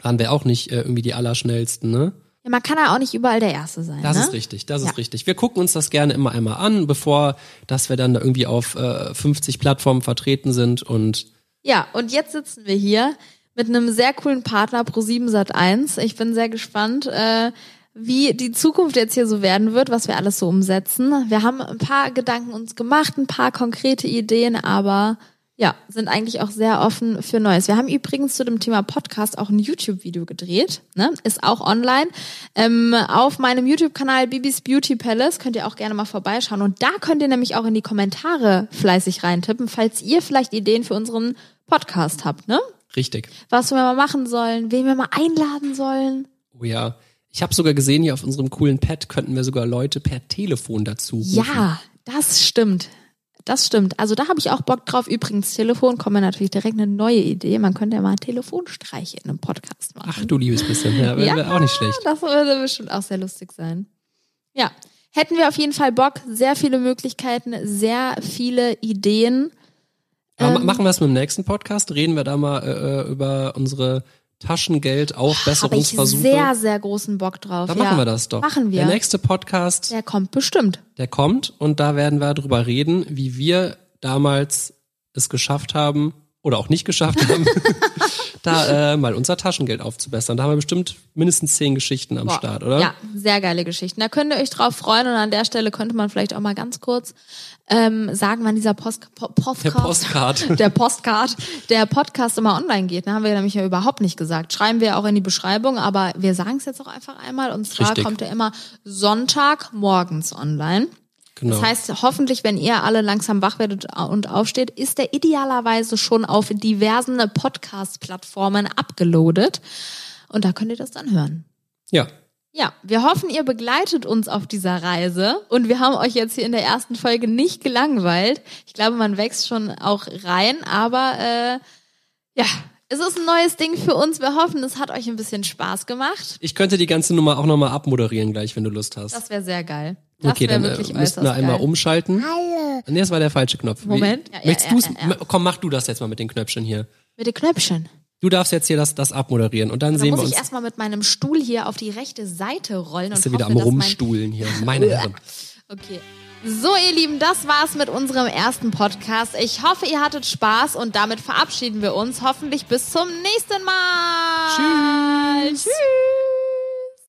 Speaker 1: waren wir auch nicht äh, irgendwie die allerschnellsten, ne?
Speaker 2: ja, man kann ja auch nicht überall der Erste sein.
Speaker 1: Das
Speaker 2: ne?
Speaker 1: ist richtig, das
Speaker 2: Ja.
Speaker 1: ist richtig. Wir gucken uns das gerne immer einmal an, bevor dass wir dann da irgendwie auf äh, 50 Plattformen vertreten sind und
Speaker 2: Ja, und jetzt sitzen wir hier mit einem sehr coolen Partner Pro7 Sat1. Ich bin sehr gespannt, äh, wie die Zukunft jetzt hier so werden wird, was wir alles so umsetzen. Wir haben ein paar Gedanken uns gemacht, ein paar konkrete Ideen, aber ja, sind eigentlich auch sehr offen für Neues. Wir haben übrigens zu dem Thema Podcast auch ein YouTube-Video gedreht, ne? ist auch online. Ähm, auf meinem YouTube-Kanal Bibis Beauty Palace könnt ihr auch gerne mal vorbeischauen. Und da könnt ihr nämlich auch in die Kommentare fleißig reintippen, falls ihr vielleicht Ideen für unseren Podcast habt, ne?
Speaker 1: richtig.
Speaker 2: Was wir mal machen sollen, wen wir mal einladen sollen.
Speaker 1: Oh ja. Ich habe sogar gesehen, hier auf unserem coolen Pad könnten wir sogar Leute per Telefon dazu rufen.
Speaker 2: Ja, das stimmt. Das stimmt. Also da habe ich auch Bock drauf. Übrigens, Telefon kommen wir natürlich direkt eine neue Idee. Man könnte ja mal Telefonstreiche in einem Podcast machen.
Speaker 1: Ach du liebes bisschen, ja, wäre
Speaker 2: Ja.
Speaker 1: wär auch nicht schlecht.
Speaker 2: Das würde bestimmt auch sehr lustig sein. Ja, hätten wir auf jeden Fall Bock. Sehr viele Möglichkeiten, sehr viele Ideen.
Speaker 1: Aber ma- machen wir es mit dem nächsten Podcast, reden wir da mal äh, über unsere Taschengeld
Speaker 2: Habe ich
Speaker 1: Aufbesserungsversuche.
Speaker 2: sehr, sehr großen Bock drauf.
Speaker 1: da
Speaker 2: ja.
Speaker 1: machen wir das doch.
Speaker 2: Machen wir.
Speaker 1: Der nächste Podcast,
Speaker 2: Der kommt bestimmt.
Speaker 1: der kommt und da werden wir drüber reden, wie wir damals es geschafft haben oder auch nicht geschafft haben, da äh, mal unser Taschengeld aufzubessern. Da haben wir bestimmt mindestens zehn Geschichten am
Speaker 2: Boah.
Speaker 1: Start, oder?
Speaker 2: Ja, sehr geile Geschichten. Da könnt ihr euch drauf freuen und an der Stelle könnte man vielleicht auch mal ganz kurz ähm, sagen, wann dieser Post po
Speaker 1: Der
Speaker 2: Postcard,
Speaker 1: Postcard.
Speaker 2: der Postcard, der Podcast immer online geht. Da haben wir nämlich ja überhaupt nicht gesagt. Schreiben wir auch in die Beschreibung, aber wir sagen es jetzt auch einfach einmal. Und zwar
Speaker 1: Richtig.
Speaker 2: kommt er immer Sonntag morgens online.
Speaker 1: Genau.
Speaker 2: Das heißt, hoffentlich, wenn ihr alle langsam wach werdet und aufsteht, ist er idealerweise schon auf diversen Podcast-Plattformen abgeloadet. Und da könnt ihr das dann hören.
Speaker 1: ja.
Speaker 2: Ja, wir hoffen, ihr begleitet uns auf dieser Reise und wir haben euch jetzt hier in der ersten Folge nicht gelangweilt. Ich glaube, man wächst schon auch rein, aber äh, ja, es ist ein neues Ding für uns. Wir hoffen, es hat euch ein bisschen Spaß gemacht.
Speaker 1: Ich könnte die ganze Nummer auch nochmal abmoderieren gleich, wenn du Lust hast.
Speaker 2: Das wäre sehr geil. Das
Speaker 1: okay,
Speaker 2: wäre
Speaker 1: dann
Speaker 2: wirklich
Speaker 1: äh, müssten wir
Speaker 2: äußerst
Speaker 1: einmal
Speaker 2: geil.
Speaker 1: umschalten.
Speaker 3: alle,
Speaker 1: Nee, das war der falsche Knopf. Wie-
Speaker 2: Moment. Ja, ja,
Speaker 1: Möchtest
Speaker 2: ja,
Speaker 1: du's?
Speaker 2: ja, ja.
Speaker 1: Komm, mach du das jetzt mal mit den Knöpfchen hier.
Speaker 2: Mit den Knöpfchen.
Speaker 1: Du darfst jetzt hier das, das abmoderieren und dann
Speaker 2: Da
Speaker 1: sehen wir
Speaker 2: muss ich
Speaker 1: uns.
Speaker 2: erstmal mit meinem Stuhl hier auf die rechte Seite rollen
Speaker 1: Bist
Speaker 2: und
Speaker 1: du wieder
Speaker 2: hoffe,
Speaker 1: am
Speaker 2: dass mein
Speaker 1: Rumstuhlen hier. Meine Herren.
Speaker 2: Okay. So, ihr Lieben, das war's mit unserem ersten Podcast. Ich hoffe, ihr hattet Spaß und damit verabschieden wir uns hoffentlich bis zum nächsten Mal. Tschüss.